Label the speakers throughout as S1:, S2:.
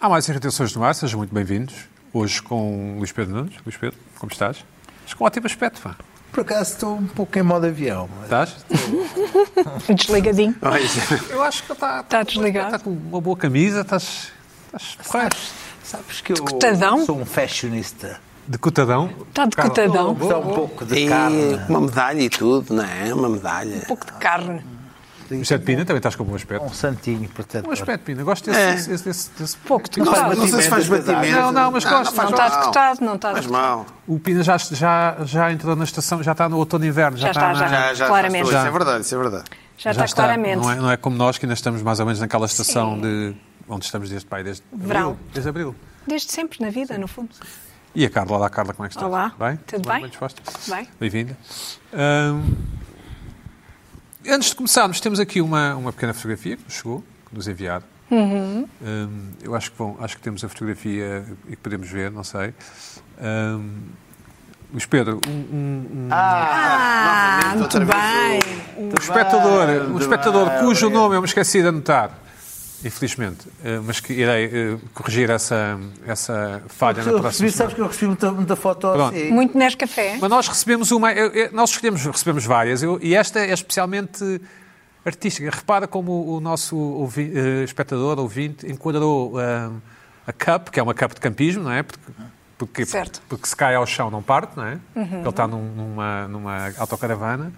S1: Há mais irritações no ar, sejam muito bem-vindos. Hoje com Luís Pedro Nunes. Luís Pedro, como estás? Estás com um ótimo aspecto, pá.
S2: Por acaso estou um pouco em modo avião. mas-
S1: Estás?
S3: Desligadinho.
S1: Eu acho que ele está...
S3: Está desligado.
S1: Está com uma boa camisa, estás... Estás correto.
S2: Sabes que eu
S3: Decotadão?
S2: sou um fashionista.
S1: De cotadão.
S3: Está de cotadão.
S4: Oh.
S3: Um
S2: Só um pouco de
S4: E
S2: carne.
S4: uma medalha e tudo, não é? Uma medalha.
S3: Um pouco de carne.
S1: José de Pina, também estás com um bom aspecto.
S2: Um santinho, portanto.
S1: Um aspecto, Pina. Gosto desse...
S4: É.
S1: desse, desse, desse, desse-
S3: Pouco de
S4: Não,
S3: carne.
S4: faz- não sei se faz batimento.
S1: Não, não, mas gosto.
S4: faz
S3: Não está
S4: mal.
S3: decotado, não tá está
S4: Faz
S3: decotado.
S4: mal.
S1: O Pina já, já, já entrou na estação, já está no outono e inverno. Já,
S3: Já
S1: está,
S3: está,
S1: na-
S3: já.
S4: Já, já,
S3: Claramente.
S4: já estou.
S1: Já.
S4: Isso é verdade, isso é verdade.
S3: Já, está, claramente.
S1: Não é, não é como nós que ainda estamos mais ou menos naquela estação de onde estamos desde pai, desde
S3: Verão.
S1: abril. Desde abril.
S3: Desde sempre na vida, no fundo.
S1: E a Carla, olá Carla, como é que estás?
S3: Olá,
S1: Bem?
S3: tudo bem?
S1: disposta?
S3: Bem.
S1: Bem-vinda. Ahm, antes de começarmos, temos aqui uma, uma pequena fotografia que nos chegou, que nos enviaram.
S3: Uhum.
S1: Ahm, eu acho que, vão, acho que temos a fotografia e que podemos ver, não sei. Ahm, Luís Pedro, um, um- um-
S3: Ah,
S4: novamente,
S3: muito
S4: outra vez
S3: bem.
S1: um espectador, um
S2: muito
S1: espectador
S2: bem,
S1: cujo
S2: obrigado.
S1: nome eu me esqueci de anotar, infelizmente, eh, mas que irei eh, corrigir essa, essa falha na
S2: Eu
S1: próxima
S2: recebi,
S1: semana.
S2: sabes que eu recebi muita, muita foto
S1: Pronto.
S2: assim.
S3: Muito Nescafé.
S1: Mas nós recebemos uma, eu- eu- nós escolhemos, recebemos várias, eu- e esta é especialmente artística. Repara como o, o nosso ouvi- eh, espectador, ouvinte, enquadrou ah, a cup, que é uma cup de campismo, não é? Porque, porque,
S3: Certo.
S1: porque se cai ao chão não parte, não é? Porque Ele está num- numa, numa autocaravana.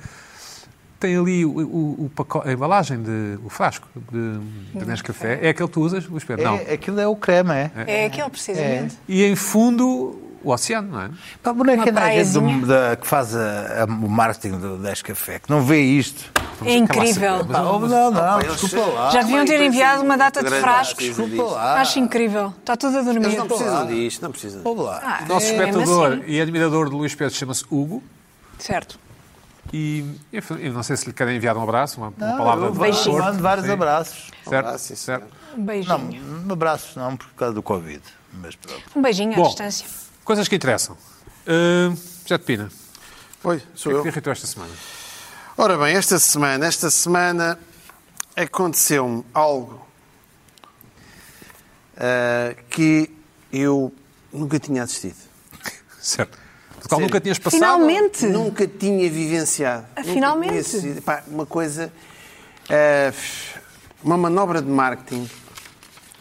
S1: Tem ali o, o- o paco- a embalagem, de, o frasco de, de Nescafé. É aquele que tu usas, Luís Pedro? Não.
S2: É, aquilo é o creme, é?
S3: É aquele, precisamente.
S1: E em fundo, o oceano, não é?
S2: Pá, Não é que anda a gente do-
S3: praiazinha.
S2: da- que faz a- a- o marketing do Nescafé, que não vê isto.
S3: É incrível.
S2: Pá, oh, não, não, desculpa lá.
S3: Já deviam ter enviado uma data de
S4: Grande
S3: frascos.
S4: artista
S2: Desculpa
S4: disto.
S2: lá.
S3: Acho incrível. Está tudo a dormir.
S4: Ah. Eles não precisam disto, não precisam.
S2: Desculpa lá.
S3: Ah,
S1: O nosso
S3: é mesmo
S1: espectador
S3: assim.
S1: e admirador de Luís Pedro chama-se Hugo.
S3: Certo.
S1: E enfim, eu não sei se lhe querem enviar um abraço, uma, uma palavra
S2: Eu
S1: de
S2: mando-
S1: conforto.
S2: mando vários
S1: Sim.
S2: abraços.
S1: Certo?
S4: Ah, sim,
S1: certo.
S3: Um
S2: Não,
S3: beijinho.
S2: abraços não, por causa do Covid. Mas pronto.
S3: Um beijinho à
S1: Bom,
S3: distância.
S1: coisas que interessam. Uh, José de Pina, o que
S4: Oi, sou
S1: é que te
S4: eu.
S1: irritou esta semana?
S4: Ora bem, esta semana, esta semana aconteceu-me algo ah, que eu nunca tinha assistido.
S1: Certo. Do qual
S4: Sério?
S1: nunca tinhas passado?
S3: Finalmente!
S4: Nunca tinha vivenciado.
S3: Ah,
S4: Nunca
S3: finalmente.
S4: tinha sido. Pá, uma coisa. eh, uma manobra de marketing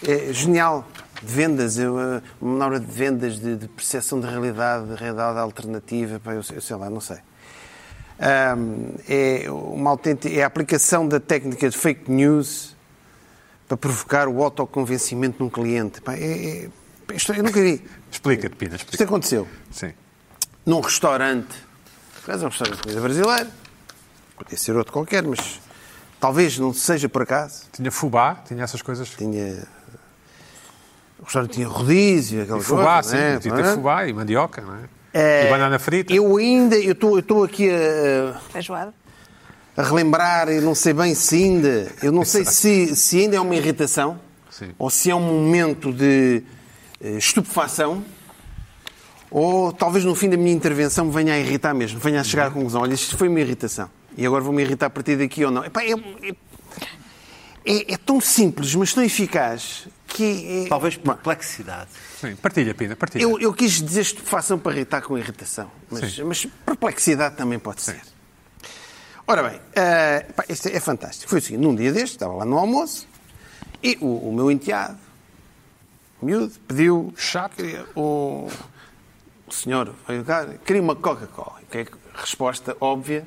S4: eh, genial. De vendas, eu, eh, uma manobra de vendas, de, de percepção de realidade, de realidade alternativa, pá, eu, eu sei lá, não sei. Ahm, é, uma autêntica, é a aplicação da técnica de fake news para provocar o autoconvencimento num cliente. Pá, é- é- isto eu nunca vi.
S1: Explica-te, Pina,
S4: Isto é
S1: explica.
S4: aconteceu
S1: Sim.
S4: num restaurante. Por acaso é um restaurante de comida brasileira. Podia ser outro qualquer, mas talvez não seja por acaso.
S1: Tinha fubá, tinha essas coisas.
S4: Tinha. O restaurante tinha rodízio, aquela
S1: E fubá,
S4: coisa.
S1: sim.
S4: né?
S1: Podia
S4: Não é?
S1: ter fubá e mandioca, não é?
S4: Eh,
S1: E banana frita.
S4: Eu ainda, eu estou aqui a,
S3: Feijoada.
S4: a relembrar, eu não sei bem se ainda, eu não sei se, se ainda é uma irritação
S1: Sim.
S4: ou se é um momento de eh, estupefação ou talvez no fim da minha intervenção me venha a irritar mesmo, venha a chegar à conclusão, olha, isto foi uma irritação e agora vou-me irritar a partir daqui ou não. Epá, é, é- é- é tão simples, mas tão eficaz que... é-
S2: Talvez por complexidade.
S1: Sim. Partilha, Pina, partilha.
S4: eu, eu quis dizer estupefação para irritar com irritação, mas,
S1: Sim.
S4: mas perplexidade também pode ser. Ora bem, eh, pá, este é fantástico. Foi o seguinte, num dia deste, estava lá no almoço, e o, o meu enteado, miúdo, pediu...
S1: Chato.
S4: queria um- o senhor veio cá, queria uma Coca-Cola. Que é que- resposta óbvia,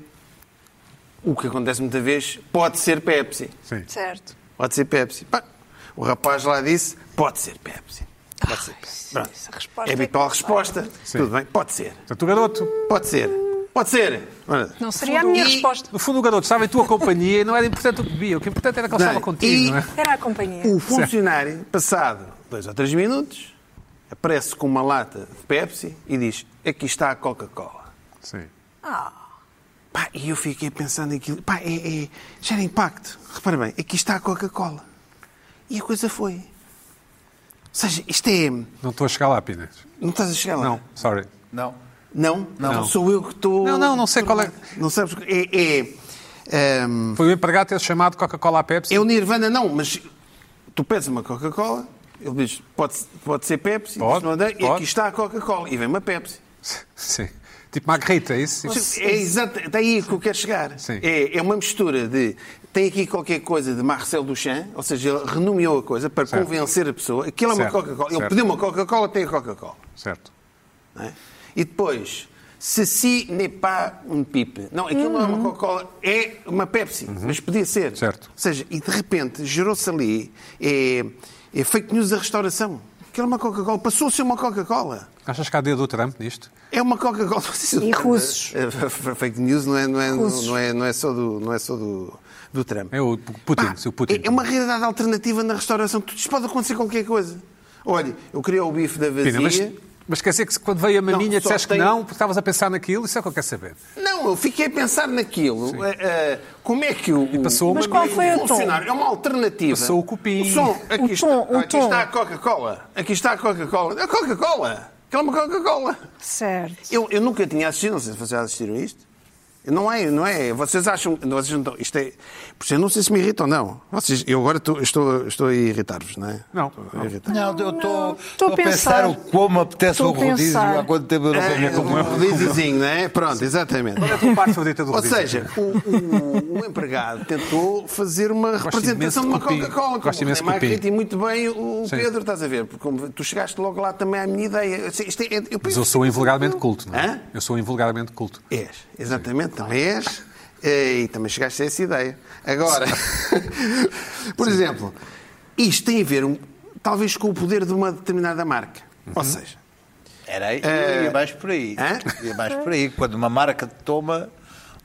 S4: o que acontece muita vez, pode ser Pepsi.
S1: Sim.
S3: Certo.
S4: Pode ser Pepsi. Pá, o rapaz lá disse, pode ser Pepsi. Pode ser
S3: Ai,
S4: Pepsi.
S3: isso-
S4: Pronto.
S3: essa resposta
S4: É
S3: é
S4: habitual
S3: que-
S4: resposta.
S1: Sim.
S4: Tudo bem, pode ser.
S1: Portanto, o garoto,
S4: Pode ser. Pode ser. Ora,
S3: Não é. seria a minha
S4: e-
S3: resposta.
S1: no fundo, o garoto estava em tua companhia e não era importante o que bebia. O que é importante era que ele estava
S4: Não,
S1: contigo,
S4: e-
S1: não é?
S3: Era a companhia.
S4: O funcionário, passado dois ou três minutos, aparece com uma lata de Pepsi e diz, aqui está a Coca-Cola.
S1: Sim.
S4: Pá, e eu fiquei pensando naquilo. Pá, é, é, gera impacto. Repara bem, aqui está a Coca-Cola. E a coisa foi. Ou seja, isto é.
S1: Não estou a chegar lá, Pina.
S4: Não estás a chegar lá?
S1: Não, sorry.
S2: Não.
S4: Não?
S1: Não.
S4: Sou eu que estou.
S1: Não, não, não sei qual é-
S4: Não sabes. É. é, ehm,
S1: Foi o empregado ter chamado Coca-Cola à Pepsi.
S4: é o Nirvana, não, mas tu pedes uma Coca-Cola Ele diz, pode, pode ser Pepsi?
S1: Pode,
S4: Diz, não dá. e
S1: pode.
S4: aqui está a Coca-Cola. E vem uma Pepsi.
S1: Sim. Tipo Margarita, é isso? Sim.
S4: É exato, está aí que eu quero chegar.
S1: Sim.
S4: É, é uma mistura de. Tem aqui qualquer coisa de Marcel Duchamp, ou seja, ele renomeou a coisa para
S1: Certo.
S4: convencer a pessoa. Aquilo é uma
S1: Certo,
S4: Coca-Cola. Ele
S1: certo.
S4: pediu uma Coca-Cola, tem a Coca-Cola.
S1: Certo.
S4: não é? E depois, ceci n'est pas une pipe. Não, aquilo não é uma Coca-Cola, é uma Pepsi, mas podia ser.
S1: Uhum. Certo.
S4: Ou seja, e de repente gerou-se ali é, é fake news da restauração. Aquilo é uma Coca-Cola, passou a ser uma Coca-Cola.
S1: Achas que há dedo do Trump nisto?
S4: É uma Coca-Cola.
S3: E russos.
S4: Fake news não é, não é,
S3: Russos.
S4: não é, não é só, do, não é só do, do Trump.
S1: É o Putin,
S4: Pá,
S1: seu Putin.
S4: É, é uma realidade alternativa na restauração. Tudo isto pode acontecer qualquer coisa. Olha, eu queria o bife da vazia.
S1: Pina, mas, mas quer dizer que se- quando veio a maminha
S4: Não, só
S1: disseste que
S4: tem-
S1: não, porque estavas a pensar naquilo, isso é o que eu quero saber.
S4: Não, eu fiquei a pensar naquilo. Eh, eh, como é que o. o-
S1: passou Mas
S4: o
S3: qual foi o tom?
S4: funcionário- É uma alternativa.
S1: Passou o cupim.
S4: O som. Aqui,
S3: O
S4: está,
S3: tom, o
S4: aqui
S3: tom.
S4: está a Coca-Cola. Aqui está a Coca-Cola. A Coca-Cola! Aquela é uma Coca-Cola.
S3: Certo.
S4: Eu, eu nunca tinha assistido, não sei se vocês assistiram a isto. Não é, não é. Vocês acham. Vocês não estão, isto é. Por isso eu não sei se me irritam ou não. Vocês, eu agora estou, estou, estou a irritar-vos, não é?
S1: Não.
S4: Estou a irritar.
S2: Não, eu
S3: não,
S2: estou
S3: estou a
S2: a pensar
S3: pensar.
S2: o como apetece
S3: Estou
S2: o
S3: a
S2: rodízio.
S3: pensar.
S2: Há quanto tempo eu não
S4: É,
S2: comia como
S4: um rodíziozinho, não é? Pronto, exatamente.
S1: Qual é a tua parte favorita do
S4: Ou
S1: rodízio?
S4: seja, o, o- o empregado tentou fazer uma
S1: imenso
S4: representação
S1: de
S4: de uma
S1: cupim.
S4: Coca-Cola.
S1: Gosto
S4: como
S1: imenso de
S4: tem mais
S1: cupim.
S4: gente, E muito bem o
S1: Sim.
S4: Pedro, estás a ver? Porque como tu chegaste logo lá também à minha ideia. Assim, isto é- é-
S1: Mas eu sou um invulgarmente culto, não
S4: Hã?
S1: é? Eu sou invulgarmente culto.
S4: És, exatamente, também és. Eh, E também chegaste a essa ideia. Agora, por exemplo, isto tem a ver um- talvez com o poder de uma determinada marca.
S1: Uhum.
S4: Ou seja,
S2: Era aí, eu ia mais por aí.
S4: É. Hã?
S2: Ia mais por aí. Quando uma marca toma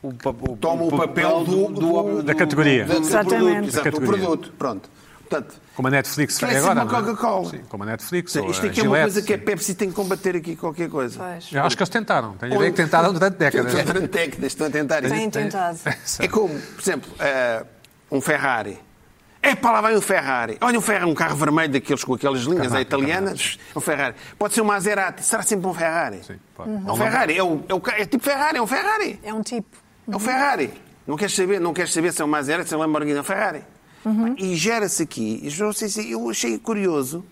S2: o, pa- o-
S4: toma o papel do, do-
S1: da categoria.
S4: do- do
S3: Exatamente.
S4: produto,
S1: Da
S4: Exato, do
S1: categoria.
S4: produto. Pronto. Portanto,
S1: Como a Netflix
S4: Quer
S1: faz
S4: ser uma
S1: agora. não é?
S4: Coca-Cola.
S1: Sim, como a Netflix.
S4: Sim,
S1: ou
S4: Isto
S1: a
S4: aqui é uma
S1: Gillette,
S4: coisa que a
S1: sim.
S4: Pepsi tem que combater aqui qualquer coisa.
S3: Pois.
S1: Eu acho que eles tentaram. Tenho a ideia é
S4: Ou-
S1: que tentaram durante décadas.
S4: Durante décadas estão a tentar isso.
S3: Têm tentado.
S4: É como, por exemplo, eh, um Ferrari. É para lá vai um Ferrari. Olha um Ferrari, um carro vermelho daqueles com aquelas linhas
S1: Carnato,
S4: à italiana. É um Ferrari. Pode ser um Maserati. Será sempre um Ferrari?
S1: Sim, pode. Uhum.
S4: É um Ferrari. É, o, é, o ca- é tipo Ferrari. É um Ferrari.
S3: É um tipo.
S4: É um Ferrari. Não queres saber, não queres saber se é um Maserati, se é um Lamborghini, é um Ferrari.
S3: Uhum.
S4: E gera-se aqui. e Eu, não sei se- eu achei curioso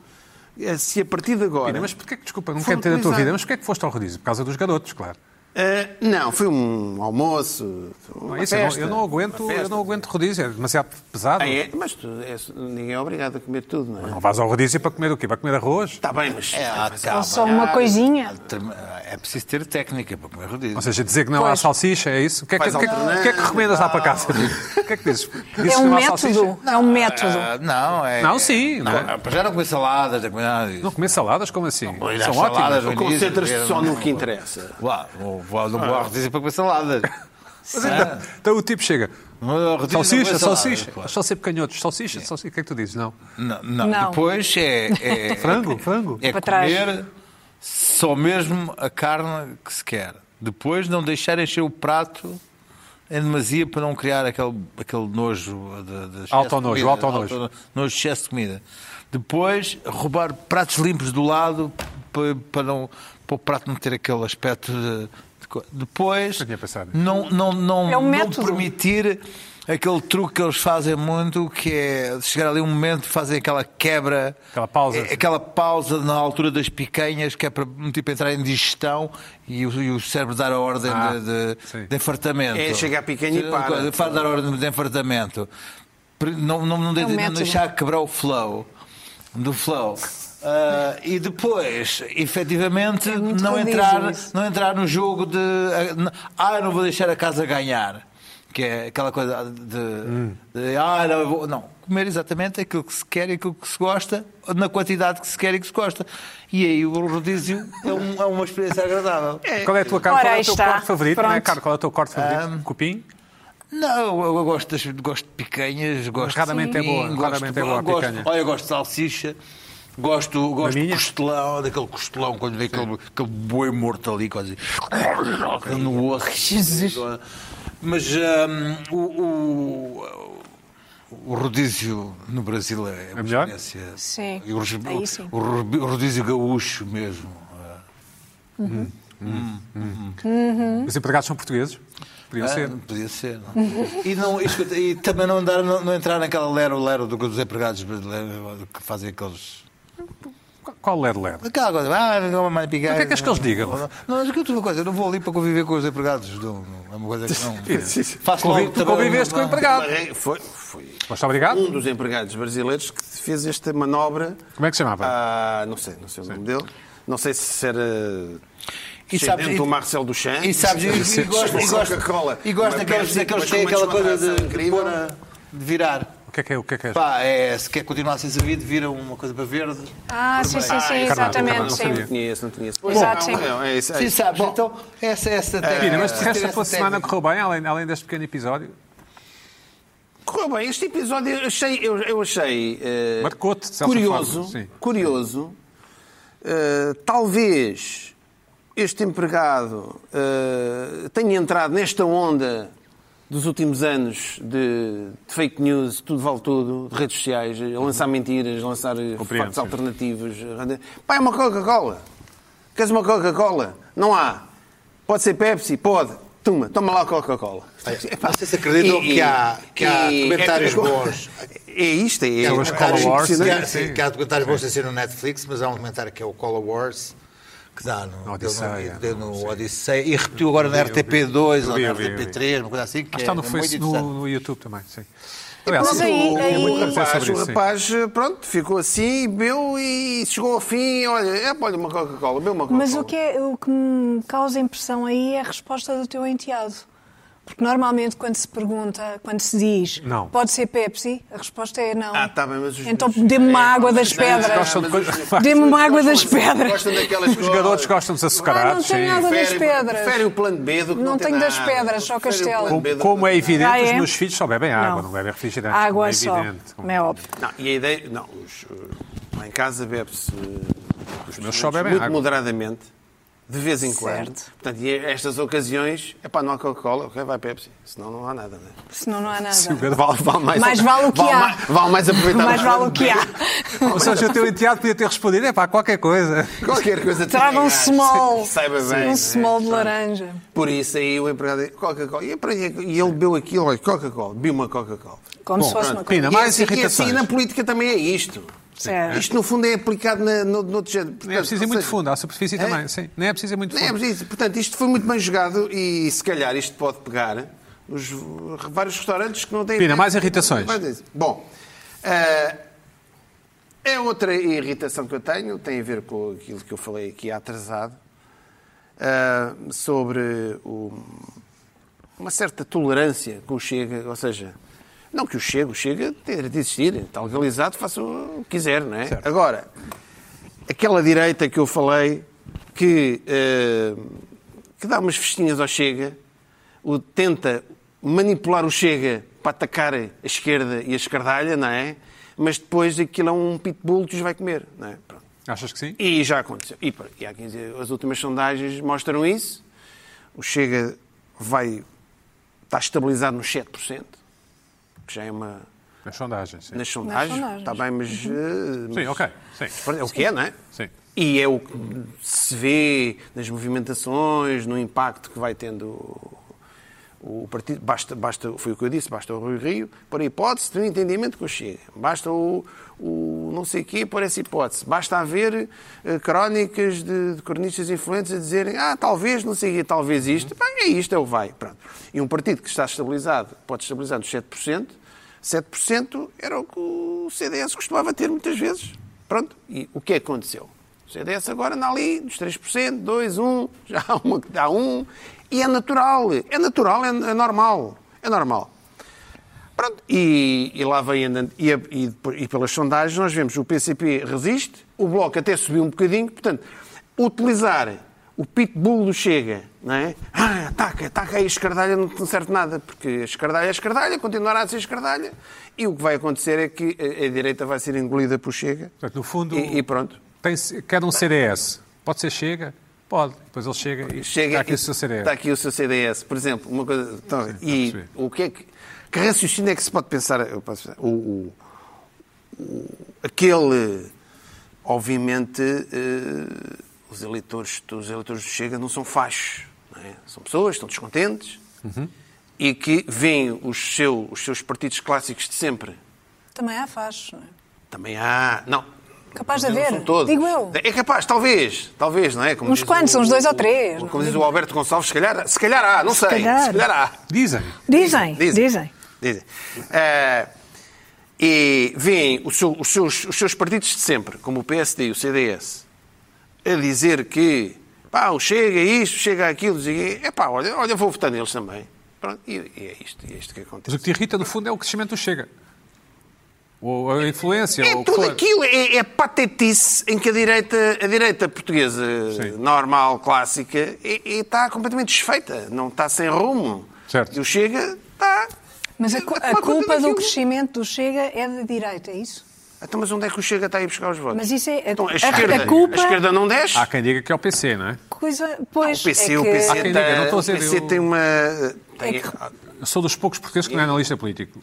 S4: eh, se a partir de agora...
S1: Pina, mas porquê que, desculpa, não quero
S4: Foram
S1: ter a tua
S4: utilizados.
S1: vida, mas porquê que foste ao rodízio? Por causa dos garotos, claro.
S4: Eh, não, foi um almoço.
S1: Não
S4: uma
S1: é isso, eu não-
S4: festa,
S1: eu não aguento,
S4: uma festa.
S1: eu não aguento rodízio, é demasiado pesado.
S4: Ah, é? Mas tu, é, ninguém é obrigado a comer tudo, não é?
S1: Não vais ao rodízio para comer o quê? Para comer arroz?
S4: Está Tá bem, mas.
S2: É, há,
S4: mas-
S2: calma.
S3: só uma
S2: Há-
S3: coisinha?
S2: há determin- É preciso ter técnica para comer rodízio.
S1: Ou seja, dizer que não há
S3: Pois.
S1: salsicha, é isso? O que é que,
S4: Faz
S1: o que é que-
S4: alternância,
S1: o que é que recomendas lá para casa? O que é que dizes? Dizes
S3: É
S1: que
S3: um
S1: não há salsicha?
S3: método. É um método.
S2: Ah, não, é.
S1: Não, sim, não é?
S2: Ah, Para já ah, não comer saladas, não comer nada disso.
S1: Não comer saladas? Como assim?
S2: Vou ir às
S1: São
S2: saladas,
S1: ótimas.
S2: vou-
S4: Concentras-te só no que interessa.
S2: Vá, vou, vou, não
S4: Ah.
S2: vou ao rodízio para comer saladas.
S1: Mas então, então o tipo chega.
S2: Não é vou ao rodízio para
S1: Salsicha,
S2: comer
S1: salsicha.
S2: saladas, pá.
S1: Só sempre canhotos. Salsicha, salsicha. O que é que tu dizes? Não.
S2: Não, não,
S3: Não.
S2: depois é. é-
S1: Frango, frango.
S2: É
S3: Para trás.
S2: comer só mesmo a carne que se quer. Depois não deixar encher o prato em demasia para não criar aquele, aquele nojo de, de excesso de
S1: Autonojo,
S2: comida.
S1: autonojo.
S2: Auto- nojo de excesso de comida. Depois roubar pratos limpos do lado para, para não, para o prato não ter aquele aspecto de. de co- Depois
S1: Eu tinha pensado nisso.
S2: não, não, não,
S3: É um
S2: não
S3: método.
S2: permitir aquele truque que eles fazem muito, que é chegar ali um momento, fazem aquela quebra,
S1: Aquela pausa,
S2: é-
S1: sim.
S2: aquela pausa na altura das picanhas, que é para tipo, entrar em digestão e o, e o cérebro dar a ordem
S1: Ah,
S2: de, de,
S1: sim.
S2: de enfartamento.
S4: É, chega à picanha e para.
S2: Fa- Dar a ordem de enfartamento. Pre- Não, não, não, de-
S3: um
S2: não
S3: método.
S2: deixar quebrar o flow do flow. Ah, e depois, efetivamente,
S3: muito
S2: não
S3: rodízio
S2: entrar,
S3: isso.
S2: não entrar no jogo de ah, eu não vou deixar a casa ganhar. Que é aquela coisa de, de, ah, não, eu vou. Não, comer exatamente aquilo que se quer e aquilo que se gosta, na quantidade que se quer e que se gosta. E aí o rodízio é, um- é uma experiência agradável.
S1: Qual é a tua carne?
S3: Ora,
S1: Qual é
S3: aí
S1: o teu
S3: está.
S1: corte favorito? Não é,
S3: Pronto.
S1: Carlos? Qual é o teu corte favorito? Cupim?
S2: Não, eu, eu gosto, das, gosto de picanhas, gosto
S1: Raramente
S2: de
S1: é
S2: pim,
S1: boa,
S2: gosto,
S1: raramente é boa a
S2: gosto-
S1: picanha.
S2: Olha, eu gosto de salsicha, gosto, gosto de
S1: Maminha?
S2: costelão, daquele costelão, quando vê aquele, aquele boi morto ali, quase no osso. Mas hum, o, o, o rodízio no Brasil é uma
S1: É melhor?
S2: experiência.
S3: Sim,
S2: E O, ros-
S3: aí sim.
S2: o ros- o rodízio gaúcho mesmo.
S1: Os empregados são portugueses? Podiam
S2: Ah,
S1: ser.
S2: Podia ser, não. e, não, e escuta, e também não, andar, não, não entrar naquela lero-lero do- dos empregados brasileiros que fazem aqueles.
S1: Qual é LED LED?
S2: Aquela coisa, ah, uma manipigar.
S1: O que é que és que eles digam?
S2: Não, mas que outra coisa, eu não vou ali para conviver com os empregados. Não, não, é uma coisa que não. Faço
S1: Convi-
S2: logo
S1: tu
S2: também-
S1: conviveste com o empregado.
S4: Foi, foi, foi
S1: Mas obrigado.
S4: um dos empregados brasileiros que fez esta manobra.
S1: Como é que se chamava?
S4: Ah, não sei, não sei o nome dele. Não sei se era
S2: E sabes-
S4: descendente do Marcel Duchamp.
S2: E sabes, e, e gosto, e gosto,
S4: Coca-Cola.
S2: e gosto
S4: Uma
S2: daqueles,
S4: Pepsi,
S2: daqueles que
S4: mas
S2: têm
S4: com uma
S2: aquela coisa
S4: descontração
S2: de,
S4: incrível.
S2: pôr a- de virar.
S1: O que é que é? O que é que é?
S2: Pá, é, se quer continuar a ser servido, vira uma coisa para verde.
S3: Ah, sim, sim, sim,
S1: encarnado,
S3: exatamente.
S1: encarnado,
S4: Não sabia.
S3: Sim.
S4: Não tinha esse, não tinha esse.
S3: Exato,
S4: Bom,
S3: sim.
S4: não, é isso, é
S2: Sim,
S4: isso.
S2: sabes? então, essa, essa técnica.
S1: Pina,
S4: É,
S1: mas de resto
S2: essa
S1: a tua semana
S2: técnica.
S1: correu bem, além, além deste pequeno episódio?
S4: Correu bem, este episódio eu achei, eu, eu achei eh,
S1: Marcou-te, de certa
S4: curioso,
S1: forma, sim.
S4: curioso. Eh, talvez este empregado eh, tenha entrado nesta onda dos últimos anos de, de fake news, tudo vale tudo, de redes sociais, eh, lançar mentiras, lançar eh,
S1: Compreendo,
S4: factos
S1: sim.
S4: alternativos. eh, Pá, é uma Coca-Cola. Queres uma Coca-Cola? Não há. Pode ser Pepsi? Pode. Toma, toma lá a Coca-Cola. Epá,
S5: Vocês acreditam
S4: e-
S5: que há- que há comentários
S4: é-
S5: bons?
S4: É isto, é, é
S1: São as Cola Wars,
S5: que
S1: sim,
S5: há, sim,
S1: sim.
S5: que há documentários bons a ser no Netflix, mas há um documentário que é o Cola Wars, que dá no,
S1: Na
S5: deu
S1: Odisseia,
S5: no, deu no
S1: não sei.
S5: Odisseia e repetiu agora na
S1: Eu vi, eu vi.
S5: RTP2 ou
S1: Eu vi,
S5: na
S1: eu vi, eu vi.
S5: RTP3, uma coisa assim. Que
S1: Ah, está
S5: é-
S1: no,
S5: é muito
S1: Facebook,
S5: interessante.
S1: no, no YouTube também, sim. Aliás,
S3: Mas aí-
S1: é muito
S3: aí-
S1: interessante
S4: rapaz,
S1: sobre
S4: o
S1: isso, sim.
S4: um rapaz, pronto, ficou assim, bebeu e chegou ao fim. Olha, é, olha uma Coca-Cola, bebeu uma Coca-Cola.
S3: Mas o que, é, o que me causa impressão aí é a resposta do teu enteado. Porque normalmente quando se pergunta, quando se diz,
S1: Não.
S3: pode ser Pepsi, a resposta é não.
S4: Ah, tá bem, mas os-
S3: Então
S4: os-
S3: dê-me uma
S4: é,
S3: água
S4: mas-
S3: das
S4: não, eles
S3: pedras.
S1: Gostam de coisas-
S3: Dê-me uma água das pedras.
S4: Gostam daquelas
S1: Os garotos gostam de
S3: Ah, não
S1: açucarados,
S3: tenho
S1: sim.
S3: água das
S4: Preferem-
S3: pedras.
S4: Preferem o plano B do que
S3: Não
S4: não,
S3: tenho
S4: tem
S3: das
S4: nada.
S3: pedras, só
S4: Preferem o
S3: castelo.
S4: plano B do
S1: Como,
S4: que
S1: como
S4: não
S1: é
S4: tem nada.
S1: evidente,
S3: Ah, é?
S1: os meus filhos só bebem água,
S3: Não.
S1: não, bebem refrigerante. como
S3: Água
S1: é
S3: só,
S1: evidente.
S3: não é óbvio.
S4: Não, e a ideia. Não, os, eh, lá em casa bebe-se. eh, Os
S1: meus só bebem
S4: Muito
S1: água.
S4: moderadamente, de vez em quando.
S3: Certo.
S4: Portanto, e estas ocasiões, é pá, não há Coca-Cola, ok, vai Pepsi. Senão não há nada, né?
S3: Senão não há nada.
S1: Se o garoto-
S4: Vale, vale mais,
S3: Mais vale o que há.
S4: Mais, vale mais aproveitar.
S3: Mais
S4: o
S3: vale o
S4: plano
S3: que há.
S1: Ou seja, o teu enteado podia ter respondido, é pá, qualquer coisa.
S4: B. Qualquer coisa
S3: Traga um small.
S4: Saiba bem,
S3: Um
S4: né?
S3: small de
S4: Pronto.
S3: laranja.
S4: Por isso aí o empregado é Coca-Cola. E ele bebeu aquilo, olha, Coca-Cola, bebeu uma Coca-Cola.
S3: Como
S1: Bom,
S3: se fosse uma
S1: pronto,
S3: coisa.
S1: Pina, mais
S4: e, assim- e
S1: irritações.
S4: assim na política também é isto.
S3: Certo.
S4: Isto, no fundo, é aplicado na, no, noutro género.
S1: Não é preciso ir
S4: ou
S1: muito
S4: seja,
S1: fundo, há superfície também, sim. Não é preciso ir muito
S4: não é
S1: fundo.
S4: preciso. Portanto, isto foi muito bem jogado e, se calhar, isto pode pegar os vários restaurantes que não têm...
S1: Pina, mais irritações.
S4: Bom, ah, é outra irritação que eu tenho, tem a ver com aquilo que eu falei aqui há atrasado, ah, sobre o- uma certa tolerância com o Chega, ou seja, não que o Chega, o Chega ter de existir, está legalizado, faça o que quiser, não é? Agora, aquela direita que eu falei, que, eh, que dá umas festinhas ao Chega, o, tenta manipular o Chega para atacar a esquerda e a escardalha, não é? Mas depois aquilo é um pitbull que os vai comer, não é? Pronto.
S1: Achas que sim?
S4: E já aconteceu. E, pá, e há 15 dias, as últimas sondagens mostram isso. O Chega vai, está estabilizado nos 7%, que já é uma...
S1: Nas sondagens, sim.
S4: Nas sondagens,
S3: sondagens.
S4: está bem, mas... eh,
S1: Sim, ok, sim.
S4: é o que é, não é?
S1: Sim.
S4: E é o que se vê nas movimentações, no impacto que vai tendo o, o partido. Basta, basta, foi o que eu disse, basta o Rui Rio por a hipótese de um entendimento com o Chega. Basta o, o não sei quê por essa hipótese. Basta haver eh, crónicas de, de cronistas influentes a dizerem ah, talvez, não sei quê, talvez isto. Bem, é isto, é o vai. Pronto. E um partido que está estabilizado, pode estabilizar nos 7%, 7% era o que o CDS costumava ter muitas vezes. Pronto. E o que é que aconteceu? O CDS agora anda ali nos 3%, 2, 1, já há uma que dá 1. E é natural. É natural, é, é normal. É normal. Pronto. E, e lá vem andando. E, a- e depois- e pelas sondagens nós vemos o PCP resiste, o Bloco até subiu um bocadinho. Portanto, utilizar o pitbull do Chega, não é? Ah, ataca, ataca aí a escardalha, não te serve nada, porque a escardalha é a escardalha, continuará a ser escardalha. E o que vai acontecer é que a, a direita vai ser engolida por Chega.
S1: Portanto, no fundo,
S4: E, e pronto.
S1: tem, quer um CDS. Pode ser Chega? Pode. Depois ele chega e
S4: Chega
S1: está aqui
S4: e-
S1: o seu CDS.
S4: Está aqui o seu CDS. Por exemplo, uma coisa. então, e
S1: percebi.
S4: o que é que. Que raciocínio é que se pode pensar? Eu posso pensar, o, o- o- aquele. Obviamente, eh, os, eleitores, os eleitores do Chega não são fachos. não é? São pessoas, que estão descontentes
S1: Uhum.
S4: e que veem os, seu, os seus partidos clássicos de sempre.
S3: Também há faz. não é?
S4: Também há. Não.
S3: Capaz de
S4: Não
S3: haver.
S4: são todos.
S3: Digo eu.
S4: É capaz, talvez. Talvez, não é? Como
S3: Uns
S4: diz
S3: quantos?
S4: o-
S3: Uns dois ou três,
S4: Como
S3: não
S4: diz
S3: digo.
S4: o Alberto Gonçalves, se calhar, se calhar há, não sei.
S3: calhar.
S4: Se calhar há.
S1: Dizem.
S3: Dizem, dizem.
S4: Dizem. Eh, e vêm o seu- os, seus, os seus partidos de sempre, como o PSD e o CDS, a dizer que pá, o chega isto, chega aquilo, é pá, olha, olha, vou votar neles também. Pronto, e, e é isto, e é isto que
S1: Mas
S4: acontece.
S1: o que te irrita, no fundo, é o crescimento do Chega. Ou a influência. ou
S4: É
S1: o que
S4: tudo
S1: for.
S4: aquilo, é, é patetice em que a direita, a direita portuguesa
S1: Sim.
S4: normal, clássica, é- é- está completamente desfeita, não está sem rumo.
S1: Certo.
S4: E o Chega está. ah,
S3: Mas a, cu-
S4: está
S3: a
S4: uma coisa
S3: culpa do
S4: daquilo.
S3: crescimento do Chega é da direita, é isso?
S4: Então, mas onde é que o Chega está a ir buscar os votos?
S3: Mas isso é. A,
S4: Então, a,
S3: a-
S4: esquerda,
S3: a culpa.
S4: a esquerda não desce?
S1: Há quem diga que é o PC, não é?
S3: Coisa,
S4: o
S3: pois,
S4: PC,
S3: é
S4: o
S3: que-
S4: PC,
S1: Há quem
S4: tá-
S1: diga, não estou a
S4: o
S1: dizer,
S4: PC
S1: eu-
S4: tem uma... tem-
S3: É que-
S1: Eu sou dos poucos portugueses que não é analista político.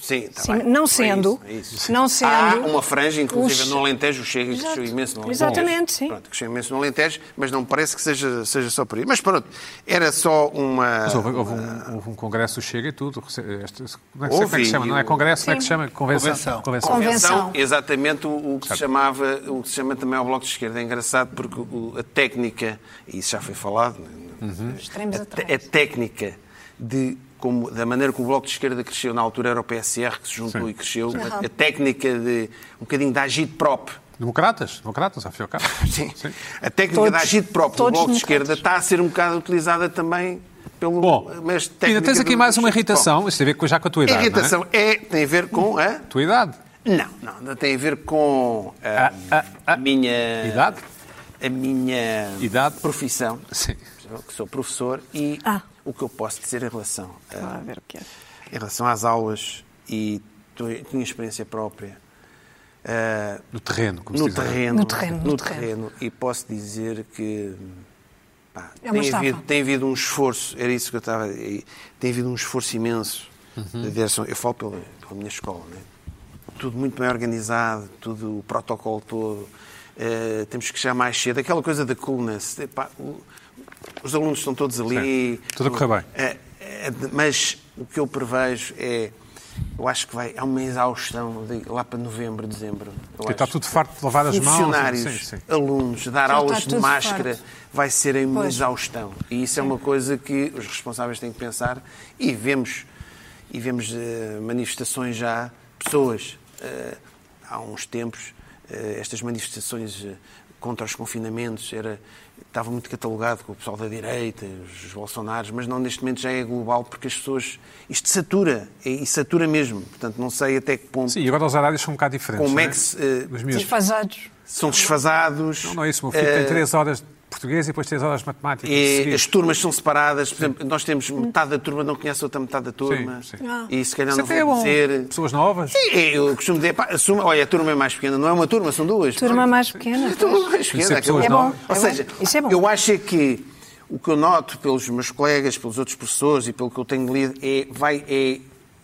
S4: Sim, tá
S3: Sim,
S4: bem.
S3: não
S4: É
S3: sendo.
S4: isso, é isso.
S3: Não
S4: Há
S3: sendo.
S4: uma franja, inclusive,
S3: Os-
S4: no Alentejo, o Chega
S3: Exato.
S4: cresceu imenso no Alentejo.
S3: Exatamente, sim.
S4: Pronto, cresceu imenso no Alentejo, mas não me parece que seja, seja só por aí. Mas pronto, era só uma...
S1: Mas houve, houve um, houve um congresso do Chega e tudo. rece- este- Não é,
S4: Houve,
S1: como é que se chama?
S4: e
S1: Não é
S4: o-
S1: congresso, como é que
S3: Sim.
S1: se chama? Convenção.
S2: Convenção.
S3: Convenção.
S4: Exatamente o, o que se chamava, o que se chama também ao Bloco de Esquerda. É engraçado porque o- a técnica, e isso já foi falado, né?
S1: Uhum.
S3: Extremos
S4: a,
S3: atrás.
S4: te- a técnica de como, da maneira que o Bloco de Esquerda cresceu, na altura era o PSR que se juntou
S1: Sim.
S4: e cresceu,
S3: Sim.
S4: a técnica de um bocadinho da agite prop.
S1: Democratas? Democratas, afinal. de contas.
S4: Sim. A técnica da
S3: Todos-
S4: agite prop do
S3: todos
S4: Bloco de
S3: democratas.
S4: Esquerda está a ser um bocado utilizada também pelo
S1: Bom,
S4: mas
S1: ainda
S4: técnica
S1: tens aqui
S4: do
S1: mais uma
S4: Agite Prop.
S1: irritação. Isto tem a ver com- já com a tua idade,
S4: A
S1: não
S4: irritação é, tem a ver com a...
S1: é? Tua idade.
S4: Não, não, não tem a ver com ah,
S1: Ah, ah, ah.
S4: a minha
S1: Idade?
S4: a minha
S1: Idade?
S4: profissão,
S1: Sim.
S4: que sou professor e
S3: Ah.
S4: o que eu posso dizer em relação a-
S3: Vá ver o que é.
S4: em relação às aulas e tu- tinha experiência própria ah,
S1: No terreno, como
S4: no
S1: se diz. agora.
S4: terreno,
S3: No terreno, no
S4: no
S3: terreno.
S4: terreno, e posso dizer que pá,
S3: É uma
S4: tem,
S3: estafa.
S4: havido, tem havido um esforço, era isso que eu estava, e tem havido um esforço imenso
S1: Uhum.
S4: da direção. Eu falo pela, pela minha escola, né? tudo muito bem organizado, tudo o protocolo todo. eh, temos que chegar mais cedo, aquela coisa da coolness. epá, o- os alunos estão todos ali.
S1: Certo. Tudo a correr bem.
S4: Eh, eh, de- mas o que eu prevejo é. Eu acho que vai. Há uma exaustão de- lá para novembro, dezembro. Eu
S1: Porque Está
S4: acho
S1: tá tudo farto de lavar as mãos. assim,
S4: funcionários,
S1: Sim, sim.
S4: alunos, dar
S3: Já
S4: aulas
S3: está
S4: de
S3: tudo
S4: máscara
S3: farto.
S4: vai ser em uma
S3: Pois.
S4: exaustão. E isso é uma coisa que os responsáveis têm que pensar e vemos, e vemos eh, manifestações já, pessoas, eh, há uns tempos, eh, estas manifestações eh, contra os confinamentos era, estava muito catalogado com o pessoal da direita, os Bolsonaros, mas não neste momento já é global porque as pessoas, isto satura, e e satura mesmo, portanto não sei até que ponto,
S1: Sim, e agora os horários são um bocado diferentes.
S4: Como é
S1: não
S4: que se, eh,
S1: Dos miúdos.
S3: Desfasados.
S4: são desfasados.
S1: Não, não é isso. O meu filho tem 3 horas de português e depois 3 horas de matemática.
S4: Eh, E
S1: seguidas.
S4: as turmas são separadas, por exemplo, nós temos metade da turma, não conhece outra metade da turma.
S1: sim.
S3: Ah.
S4: E se calhar
S1: Isso
S4: não
S1: até é
S4: vou
S1: bom.
S4: dizer.
S1: Pessoas novas.
S4: Sim, Eu costumo dizer, pá, assuma- olha, a turma é mais pequena, não é uma turma, são duas.
S3: Turma mais pequena.
S4: A turma é mais
S1: Isso é
S4: pequena.
S1: pessoas
S4: que
S1: É bom, novas.
S4: Ou
S3: é bom.
S4: seja,
S3: Isso é bom.
S4: eu acho é que o que eu noto pelos meus colegas, pelos outros professores e pelo que eu tenho lido, é, vai, é,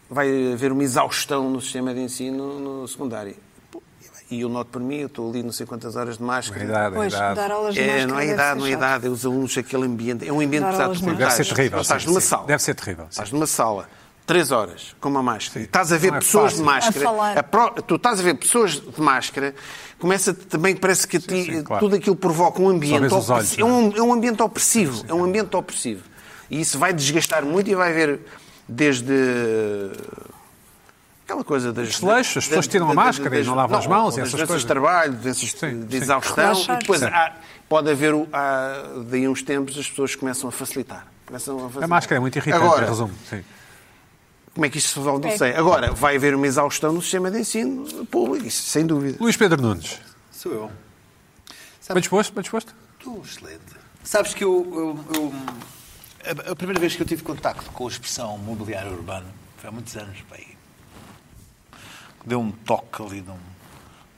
S4: vai haver uma exaustão no sistema de ensino no secundário. Pô, E eu noto por mim, eu estou ali não sei quantas horas de
S1: A
S4: máscara.
S1: idade, a
S3: Pois, dar
S1: idade.
S3: aulas de
S4: É,
S3: máscara
S4: não é
S3: deve
S4: idade,
S3: ser
S4: não é
S3: chato.
S4: idade. É os alunos, aquele ambiente. É um ambiente
S3: Dar
S4: pesado.
S3: aulas
S4: Tu
S3: não.
S1: Deve
S4: estás-
S1: ser terrível.
S4: tu Estás
S1: sim,
S4: numa
S1: sim.
S4: sala.
S1: Deve ser terrível. sim.
S4: Estás numa sala. Três horas com uma máscara.
S1: Sim.
S4: Estás a ver
S1: Não é
S4: pessoas
S1: fácil.
S4: de máscara.
S3: A falar.
S4: pro- Tu estás a ver pessoas de máscara. Começa também, parece que a ti,
S1: sim, claro.
S4: tudo aquilo provoca um
S1: vês
S4: ambiente.
S1: os olhos,
S4: opressivo. é, um, é um ambiente opressivo. É um ambiente opressivo. E isso vai desgastar muito e vai haver desde. Aquela coisa das.
S1: desleixos, as pessoas tiram a máscara e não lavam as mãos e
S4: das
S1: essas
S4: doenças
S1: coisas.
S4: de trabalho, doenças
S1: Sim,
S4: de
S1: sim.
S4: exaustão.
S3: Relaxar.
S4: E depois
S3: Sim.
S4: há- pode haver, o- há, daí uns tempos, as pessoas começam a facilitar. Começam a, facilitar.
S1: A máscara é muito irritante,
S4: Agora,
S1: em resumo. Sim.
S4: como é que isto se resolve? Não
S3: É.
S4: sei. Agora, vai haver uma exaustão no sistema de ensino público, isso sem dúvida.
S1: Luís Pedro Nunes.
S5: Sou eu.
S1: Bem disposto? Bem disposto?
S5: Estou excelente. Sabes que eu, eu- eu- a, a primeira vez que eu tive contacto com a expressão mobiliário urbano foi há muitos anos, bem. Deu um toque ali num,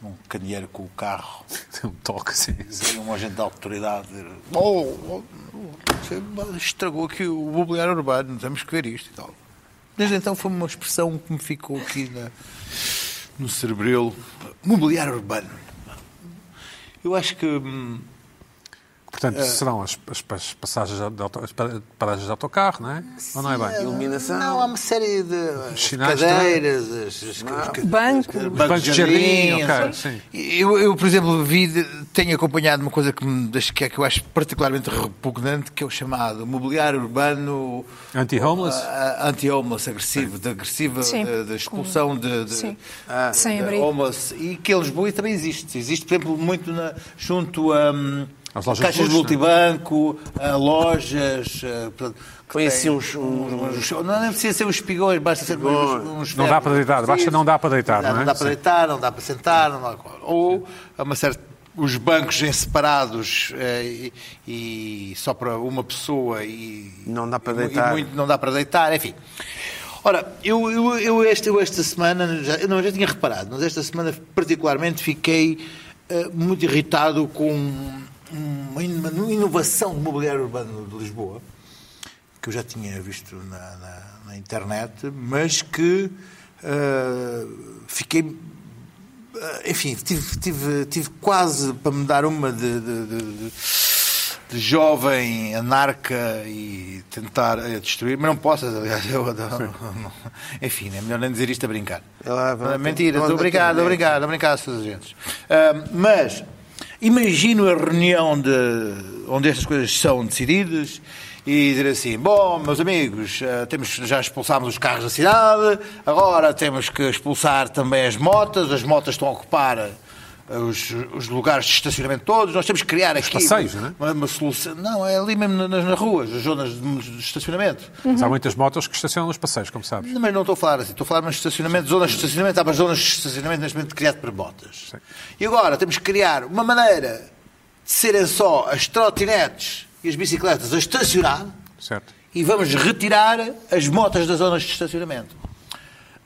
S5: num candeeiro com o carro.
S1: Tem um toque, sim.
S5: Dizia um agente da autoridade. Oh, oh, oh, estragou aqui o mobiliário urbano, temos que ver isto e tal. Desde então foi uma expressão que me ficou aqui na- no cerebelo. Mobiliário urbano. Eu acho que. hum,
S1: Portanto,
S4: Eh.
S1: serão as, as- as passagens de auto, as pa- paragens de autocarro, não é? Ou não é bem?
S4: Iluminação.
S2: Não, há uma série de as
S1: sinais
S2: cadeiras, as, as, as- as-
S3: Banco.
S2: os
S1: Bancos de jardim,
S2: jardim,
S1: ok,
S2: sabe?
S1: sim.
S6: Eu, eu, por exemplo, vi, de- tenho acompanhado uma coisa que, me, deixa- que é- que eu acho particularmente repugnante, que é o chamado mobiliário urbano
S4: é.
S1: Anti-homeless?
S4: Eh,
S6: ah, ah, anti-homeless, agressivo, de agressiva,
S3: Sim.
S6: de, de expulsão de, de-
S3: Sim.
S6: ah,
S3: Sem
S6: de
S3: abrigo.
S6: homeless. E que em Lisboa também existe. Existe, por exemplo, muito na- junto a hum,
S1: Às lojas de
S6: caixas de
S1: luxo,
S6: multibanco, a lojas. ah, portanto, que
S4: Põe
S6: têm
S4: assim uns- uns-
S6: Não, nem precisa ser os espigões, basta ser uns, uns
S1: um- Não dá para deitar,
S6: deitar,
S1: basta não dá para deitar, não é?
S2: Não dá para
S1: Sim.
S2: deitar, não dá para sentar, não dá... ou há uma certa os bancos em separados eh, e, e só para uma pessoa e
S4: Não dá para
S2: e mu-
S4: deitar.
S2: E muito não dá para deitar, enfim. Ora, eu, eu, eu esta, eu esta semana, já, eu não, já tinha reparado, mas esta semana particularmente fiquei eh, muito irritado com um, uma in- uma inovação do mobiliário urbano de Lisboa, que eu já tinha visto na, na- na internet, mas que eh, fiquei eh, enfim, tive, tive, tive quase para me dar uma de, de- de- de- de jovem anarca e tentar eh, destruir, mas não posso, aliás, eu, eu- não- enfim, é melhor nem dizer isto a brincar.
S4: Ela vai-
S2: Mentira,
S4: Ela-
S2: estou a brincar, estou a brincar, estou a brincar, seus agentes. Ah, mas imagino a reunião de, onde estas coisas são decididas e dizer assim, bom, meus amigos, ah, temos, já expulsámos os carros da cidade, agora temos que expulsar também as motas, as motas estão a ocupar ah, os, os lugares de estacionamento todos, nós temos que criar aqui
S1: passeios, não é?
S2: uma, uma, solução. Não, é ali mesmo nas, nas ruas, as zonas de, de estacionamento.
S4: uhum.
S1: Mas há muitas motas que estacionam nos passeios, como sabes.
S2: Mas não estou a falar assim, estou a falar de estacionamento, zonas de estacionamento, há umas zonas de estacionamento neste momento criado por botas. E agora temos que criar uma maneira de serem só as trotinetes e as bicicletas a estacionar
S1: Certo.
S2: e vamos retirar as motas das zonas de estacionamento.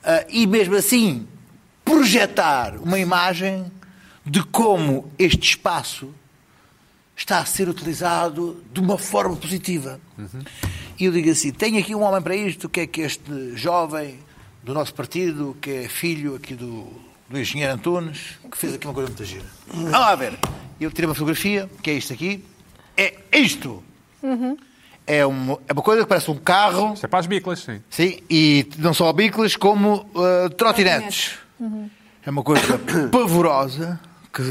S2: Ah, e mesmo assim projetar uma imagem de como este espaço está a ser utilizado de uma forma positiva. E eu digo assim: tem aqui um homem para isto, que é que este jovem do nosso partido, que é filho aqui do, do engenheiro Antunes, que fez aqui uma coisa muito gira. Vamos lá ver. Eu tirei uma fotografia, que é isto aqui. É isto! É, um, é uma coisa que parece um carro,
S1: Isto é para as biclas, sim.
S2: sim, e não só biclas, como ah, trotinetes.
S3: Uhum.
S2: É uma coisa pavorosa. Que,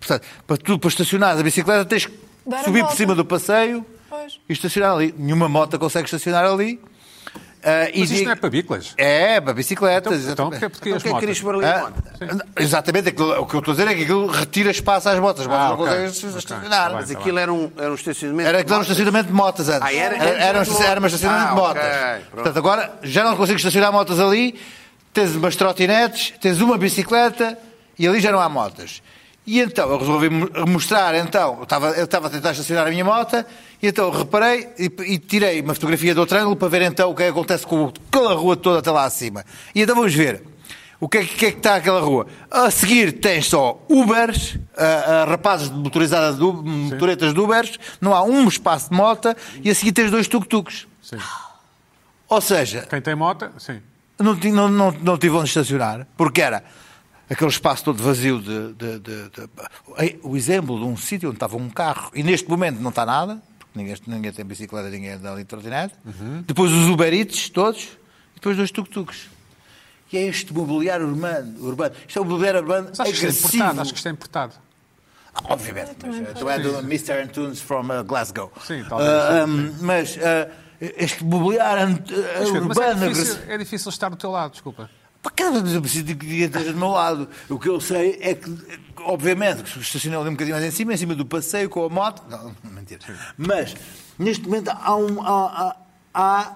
S2: portanto, para tu para estacionar a bicicleta tens que
S3: Dar a
S2: subir por
S3: volta.
S2: cima do passeio
S3: Pois.
S2: e estacionar ali. Nenhuma moto consegue estacionar ali. Ah, e
S1: Mas isto
S2: digo-
S1: não é para biclas.
S2: É, para bicicletas.
S1: Então- então,
S2: exatamente.
S1: que é porque as
S2: que é que
S1: motas?
S2: queres pôr ali a
S6: Ah,
S2: moto? Exatamente, aquilo- o que eu estou a dizer é que aquilo retira espaço às motas. As motas
S1: Ah,
S2: não
S1: ok.
S2: conseguem
S1: Ok,
S2: estacionar.
S1: tá bem.
S4: Mas aquilo era um, era um estacionamento.
S2: Era aquilo era um estacionamento de motas antes.
S4: Ah, era-
S2: era, era um estaci- era um estacionamento
S4: Ah,
S2: de motas.
S4: ok, pronto.
S2: Portanto, agora já não consigo estacionar motas ali, tens umas trotinetes, tens uma bicicleta e ali já não há motas. E então, eu resolvi mo- mostrar, então, eu estava, eu estava a tentar estacionar a minha moto, e então reparei e, e tirei uma fotografia do outro ângulo para ver então o que é que acontece com aquela rua toda até lá acima. E então vamos ver. O que é que, que é que está aquela rua? A seguir tens só Ubers, ah, ah, rapazes de motorizadas de Uber, motoretas de Ubers, não há um espaço de mota e a seguir tens dois tuk-tuks.
S1: Sim.
S2: Ou seja,
S1: Quem tem mota, sim.
S2: não, ti- não, não, não tive onde estacionar, porque era aquele espaço todo vazio de. de- de- de- Ei, O exemplo de um sítio onde estava um carro e neste momento não está nada, porque ninguém, ninguém tem bicicleta, ninguém anda ali de trotinete.
S1: Uhum.
S2: Depois os Uber Eats todos, e depois dois tuk-tuks. E é este mobiliário urbano. urbano. Isto é um mobiliário urbano
S1: Mas acho que isto é
S2: agressivo.
S1: importado, acho que isto é importado.
S2: Obviamente, mas eh, tu é do Mr. Antunes from eh, Glasgow.
S1: Sim, talvez,
S2: Ah, um, mas eh, este mobiliário ant- eh,
S1: Mas, Pedro, mas é,
S2: urbano agressivo.
S1: difícil, é difícil estar do teu lado, desculpa.
S2: Para cada vez eu preciso de que ninguém esteja do meu lado. O que eu sei é que, obviamente, que se estacionou ali um bocadinho mais em cima, em cima do passeio com a moto. Não, mentira. Mas, neste momento, há um. Há, há, há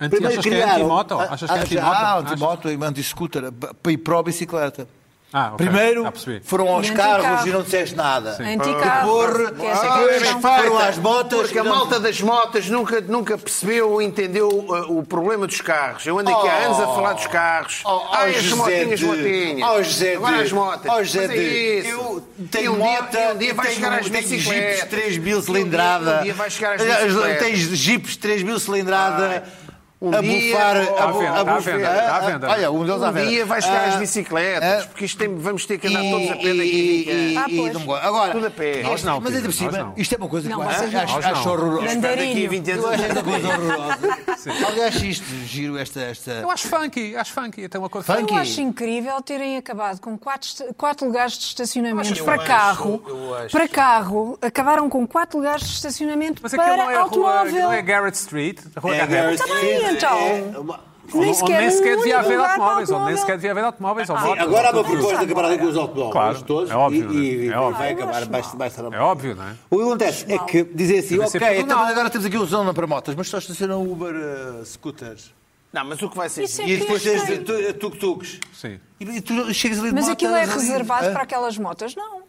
S1: Anti- achas que é anti-moto? Achas que é anti-moto?
S2: Ah, anti-moto e anti-scooter pa- para ir para a bicicleta.
S1: Ah, ok.
S2: Primeiro
S1: Já percebi.
S2: foram aos
S3: E
S2: carros
S3: anti-carro.
S2: e não disseste nada.
S3: Anticarro.
S2: Depois-
S3: que é essa
S2: Ah,
S3: que é a questão.
S2: perfeito. Foram às motas
S4: um Porque
S2: e
S4: a
S2: não-
S4: malta das motas nunca, nunca percebeu ou entendeu uh, o problema dos carros. Eu ando aqui há anos a falar dos carros.
S2: Oh, oh,
S4: ah, as
S2: José
S4: motinhas,
S2: de-
S4: motinhas.
S2: oh, José
S4: Agora
S2: de-
S4: as motas.
S2: oh, José
S4: Mas é
S2: de-
S4: isso.
S2: eu
S4: E
S2: tenho
S4: um dia-
S2: mota,
S4: e um dia vai
S2: tenho-
S4: chegar às
S2: tenho jipes
S4: bicicletas.
S2: 3.000
S4: E um dia-
S2: cilindrada. Ah,
S4: Um dia vai chegar às
S2: Aliás,
S4: bicicletas.
S2: Tens jipes 3000 cilindrada.
S4: Um
S2: a
S4: dia,
S2: bufar.
S4: oh,
S2: a
S1: à
S2: bu-
S1: venda,
S2: a
S1: à
S2: bufar-
S1: venda, à
S2: ah,
S1: venda.
S2: Olha, um deles à
S4: um
S2: venda.
S4: dia vai chegar as
S2: Ah,
S4: bicicletas,
S2: ah,
S4: porque isto tem- vamos ter que andar
S2: e-
S4: todos a pé
S2: e-
S4: daqui.
S2: e-
S3: Ah,
S2: e-
S3: pois.
S2: não gosto. Agora,
S4: Tudo a pé.
S1: Nós
S2: este-
S1: não,
S2: mas ainda por
S1: Pedro, nós
S2: cima,
S1: não.
S2: isto é uma coisa que
S3: Não,
S2: eu
S3: vocês
S2: acho,
S3: não.
S2: acho,
S1: Nós
S2: acho
S1: não.
S2: horroroso.
S3: Grande-
S4: Espero daqui a
S3: Andarinho.
S4: 20 anos.
S2: Eu acho esta coisa horrorosa. Alguém acha isto giro esta. esta...
S1: Eu acho funky, acho funky. Até uma coisa
S2: Funky?
S3: Eu acho incrível terem acabado com quatro, esta- quatro lugares de estacionamento
S4: Eu
S3: para
S4: acho,
S3: carro.
S4: eu acho.
S3: Para carro. Acabaram com quatro lugares de estacionamento
S1: Mas aquilo
S3: para
S1: não é, a rua,
S3: automóvel.
S1: não é Garrett Street, a
S2: É
S1: rua Garrett.
S3: Também, então. Nem
S1: Onde nem sequer
S3: um
S1: devia haver
S3: lugar para
S1: automóveis, onde nem
S3: automóvel.
S1: sequer devia haver automóveis ou motos.
S5: Agora há
S1: ou
S5: uma
S1: tudo.
S5: proposta de acabar com os automóveis
S1: Claro,
S5: todos
S1: é óbvio,
S5: e, e-
S1: né? É
S5: e
S1: óbvio.
S5: vai acabar,
S3: acho
S5: vai, vai estar
S1: É óbvio, não é?
S5: O que acontece é que dizem assim,
S1: Deve ser
S5: ok,
S1: pedonal.
S5: então
S2: Então, agora temos aqui o zona para motas, mas só estacionam Uber eh, scooters.
S4: Não, mas o que vai ser
S3: Isso é
S5: uh, E depois
S3: que
S5: tens
S3: eu sei.
S5: tu- uh, tuk-tuks.
S1: Sim.
S2: E, e tu chegas ali de
S3: Mas
S2: motas,
S3: aquilo é
S2: ali,
S3: reservado
S2: ah,
S3: para aquelas motas? Não.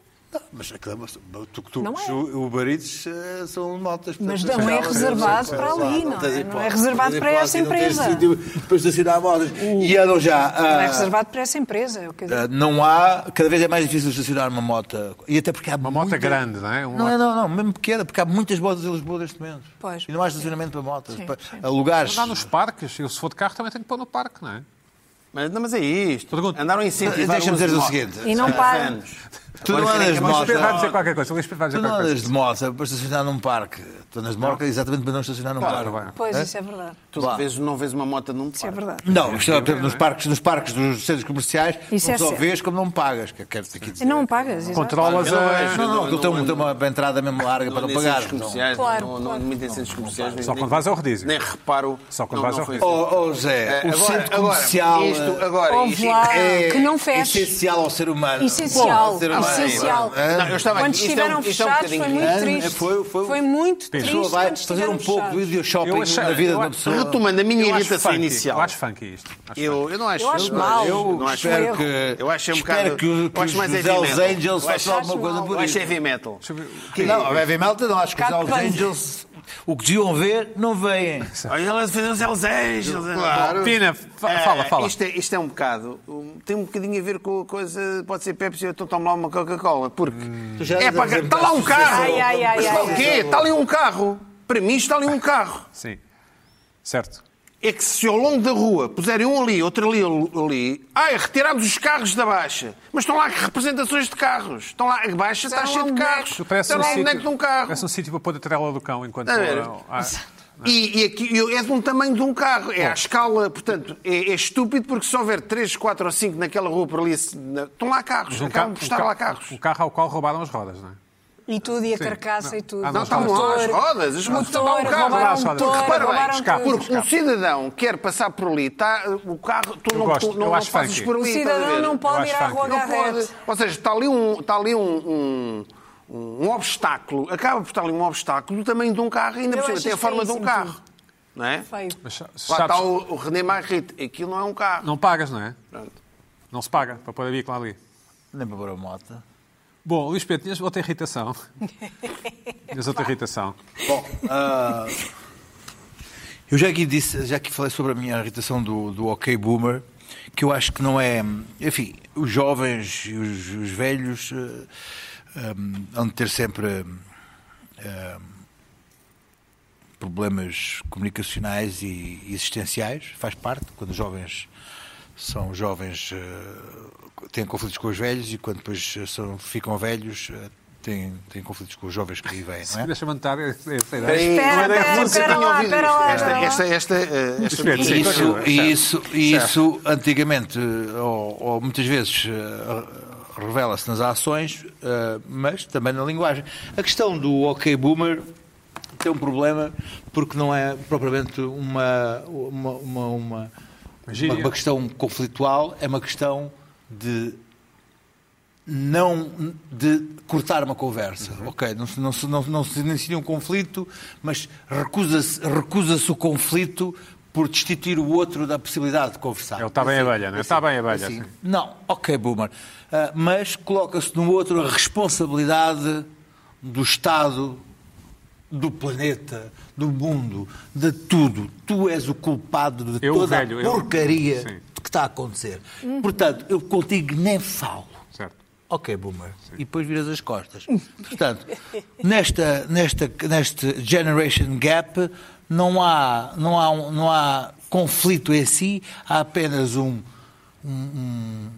S5: Mas aquilo é uma-
S3: Não
S5: tuk-tuks,
S3: é.
S5: o Uber Eats eh, são motas.
S3: Mas
S5: portanto,
S3: não é
S5: sim,
S3: reservado
S5: sim,
S3: para
S5: sim,
S3: ali,
S5: sim,
S3: não é?
S5: tens
S3: Não é
S5: hipótese,
S3: reservado
S5: tens
S3: para essa
S5: hipótese, não tens
S3: empresa.
S5: sítio Para estacionar motas. E andam já.
S3: Não é
S5: ah,
S3: reservado para essa empresa. é o que eu digo.
S2: Uh, não há, cada vez é mais difícil estacionar uma moto. E até porque há
S1: Uma moto grande, não é? Um
S2: Não, não, não, mesmo pequena, porque há muitas motas em Lisboa neste momento.
S3: Pois.
S2: E não há estacionamento para motas.
S3: Sim,
S2: para
S3: sim.
S2: a lugares.
S1: Andar nos parques, eu se for de carro também tenho que pôr no parque, não é?
S4: Mas, não, mas é isto.
S1: Pergunta.
S4: Andaram a incentivar
S2: Eh, Deixa-me
S4: os
S2: dizer o
S4: motos.
S2: seguinte.
S3: E não
S4: Há
S3: para.
S4: anos.
S2: Tu
S4: Agora
S2: não andas
S4: querem é que
S2: de
S4: a
S1: O
S4: moto-
S1: Luís Pedro vai dizer
S2: moto.
S1: qualquer coisa. O Luís Pedro vai dizer
S2: Tu não
S1: qualquer
S2: andas
S1: coisa.
S2: de moto para estacionar num parque. Tu andas de moto exatamente para não estacionar num
S1: vai.
S2: parque.
S3: Pois,
S2: É?
S3: isso é verdade.
S4: Tu
S2: Vá.
S4: às vezes não vês uma moto num
S3: Isso é
S4: parque.
S3: verdade.
S2: Não, isto é, por exemplo, nos parques, nos parques dos centros comerciais,
S3: Isso
S2: não
S3: é
S2: só
S3: certo.
S2: vês como não pagas. Que eu quero aqui dizer.
S3: Não pagas, exato.
S1: Controlas
S4: Eu não
S1: a...
S4: vejo.
S2: Não, não, aquilo tem uma- tem uma entrada mesmo larga para não
S4: Não nem
S2: pagar.
S4: centros comerciais,
S3: Claro,
S4: não,
S3: claro.
S4: não admitem centros comerciais. nem-
S1: Só quando
S4: nem-
S1: vais ao rodízio.
S4: Nem reparo.
S1: Só quando
S4: Não,
S1: vais
S4: não
S1: ao
S4: foi
S1: rodízio.
S2: Oh, oh, Zé, o
S4: Eh, agora-
S2: centro comercial
S4: Agora,
S2: eh,
S4: isto, agora,
S3: Ouve
S4: isto- é
S3: lá. Ah,
S2: é-
S3: que não feche.
S2: essencial ao ser humano.
S3: Essencial,
S2: Bom, ao ser humano.
S3: essencial.
S2: É,
S4: Não, eu estava
S3: Quando
S4: aqui. Isto é
S3: estiveram
S4: um- isto é um
S3: fechados foi
S4: bocadinho
S3: muito
S2: grande.
S3: triste.
S2: Foi- foi-
S3: muito
S2: A
S3: triste
S2: pessoa vai
S3: quando
S2: fazer um
S3: estiveram
S2: pouco do
S3: fechados.
S2: video shopping
S1: Eu achei-
S2: na vida de
S1: eu
S2: uma
S1: acho-
S2: pessoa.
S4: Retomando a minha
S1: Eu acho
S4: irritação
S1: funky,
S4: inicial.
S1: Eu acho funky isto. Acho
S4: Eu, eu não acho.
S3: Eu acho
S4: não
S3: mal.
S4: Eu não acho.
S2: espero
S3: erro.
S2: que,
S4: Eu acho é um
S2: espero
S4: bocado-
S2: que, o-
S4: eu
S2: que
S4: acho
S2: os
S4: mais
S2: Los
S4: heavy metal.
S2: Angels
S4: Eu
S2: façam
S4: acho-
S2: alguma coisa
S3: acho
S2: por
S4: Eu acho heavy
S2: isso.
S4: metal.
S1: funky.
S2: Não, a heavy metal não acho que os
S3: Bocado
S2: Los
S3: punk.
S2: Angels o que deviam ver não veem.
S4: Olha, ela fez os Hells Angels.
S1: Claro. Pina, fa-
S4: Eh,
S1: fala, fala.
S4: Isto é, isto é um bocado. um, Tem um bocadinho a ver com a coisa. Pode ser Pepsi ou então toma lá uma Coca-Cola. Porque.
S1: Hum.
S2: já
S4: é
S2: estás a
S4: para.
S2: dizer
S4: Está lá um
S2: Tá que estás
S4: carro!
S3: sucessão. Ai, ai, ai,
S4: Mas
S3: ai,
S4: qual
S3: ai.
S4: o quê? Está ali um carro. Para mim, está ali um carro.
S1: Sim. Certo.
S4: É que se ao longo da rua puserem um ali, outro ali, ali. Ai, retirámos os carros da Baixa. Mas estão lá representações de carros. Estão lá. A Baixa está
S3: Fizeram
S4: cheia
S3: lá
S4: de
S3: um
S4: carros.
S1: Tu Parece
S4: Está
S1: um,
S4: lá um
S1: sítio,
S4: boneco de um carro.
S1: parece um sítio para pôr a trela do cão enquanto...
S4: Está a Então, ver?
S1: Ah,
S4: E, e aqui eu- é de um tamanho de um carro, é à escala, portanto, é, é estúpido porque se houver 3, 4 ou 5 naquela rua por ali, se- na- estão lá carros,
S1: mas um
S4: acabam
S1: carro-
S4: por estar
S1: um
S4: então lá
S1: carro-
S4: carros.
S1: Um carro ao qual roubaram as rodas, não é?
S3: E tudo, e a
S1: Sim.
S3: carcaça
S1: Não.
S3: e tudo.
S1: Ah, não,
S4: Não, tá estavam lá as rodas, as motos estavam lá um
S3: motor,
S4: carro.
S3: roubaram
S1: as rodas.
S3: motor,
S4: Repara bem,
S3: roubaram
S1: escape.
S3: tudo.
S4: Porque um cidadão quer passar por ali, está, o carro, tu
S1: Eu
S4: não,
S1: gosto,
S4: tu não,
S1: eu
S4: não
S1: acho
S4: passas
S1: funky.
S4: por
S3: O
S4: ali. estás a
S3: cidadão
S4: ver?
S3: não
S1: Eu acho
S3: pode ir à rua
S1: funky.
S4: Não pode.
S3: garrete.
S4: Ou seja, está ali um. Está ali um, um um obstáculo, acaba por estar ali um obstáculo do tamanho de um carro, ainda
S3: Eu
S4: por cima,
S3: acho é
S4: tem a
S3: isso
S4: forma de um
S3: feíssimo,
S4: carro. Não é?
S3: Feio.
S1: Mas sa- sabes,
S4: Lá está o, o René Marrite. Aquilo não é um carro.
S1: Não pagas, não é?
S4: Pronto.
S1: Não se paga para pôr a bico lá ali.
S2: Nem para pôr a moto.
S1: Bom, Luís Pedro, tinhas outra irritação. tinhas outra irritação.
S2: Bom, ah, eu já aqui disse, já aqui falei sobre a minha irritação do, do OK Boomer, que eu acho que não é. Enfim, os jovens e os, os velhos ah, ah, hão de ter sempre ah, problemas comunicacionais e existenciais, faz parte, quando os jovens são jovens eh, têm conflitos com os velhos e quando depois são, ficam velhos eh, têm, têm conflitos com os jovens que aí vêm, não é?
S1: Deixa-me andar. é- é- é-
S4: Peraí,
S3: Espera,
S4: não
S3: espera,
S4: era- não sei se
S3: espera
S4: tinha
S3: lá,
S4: ouvido
S3: espera
S4: isto.
S3: lá,
S4: Esta-
S3: espera lá.
S4: Esta, esta, eh, esta
S1: Espera,
S2: E
S1: sim,
S2: Isso,
S1: continua,
S2: e
S1: certo.
S2: isso, e isso antigamente, eh, ou, ou muitas vezes, eh, revela-se nas ações, eh, mas também na linguagem. A questão do ok boomer tem um problema porque não é propriamente uma, uma, uma, uma,
S1: gíria.
S2: uma questão conflitual, é uma questão de não de cortar uma conversa,
S1: Uhum.
S2: ok? Não se, não, se, não, não se inicia um conflito, mas recusa-se recusa o conflito por destituir o outro da possibilidade de conversar.
S1: Ele está bem abelha, não é? Está bem abelha.
S2: Assim,
S1: sim.
S2: não, ok, boomer. Ah, mas coloca-se no outro a responsabilidade do Estado, do planeta, do mundo, de tudo. Tu és o culpado de
S1: Eu,
S2: toda
S1: velho,
S2: a
S1: eu.
S2: porcaria
S1: Sim.
S2: que está a acontecer. Portanto, eu contigo nem falo.
S1: Certo.
S2: Ok, boomer. E depois viras as costas. Portanto, nesta, nesta, neste Generation Gap não há, não há, um- não há conflito em si, há apenas um, um-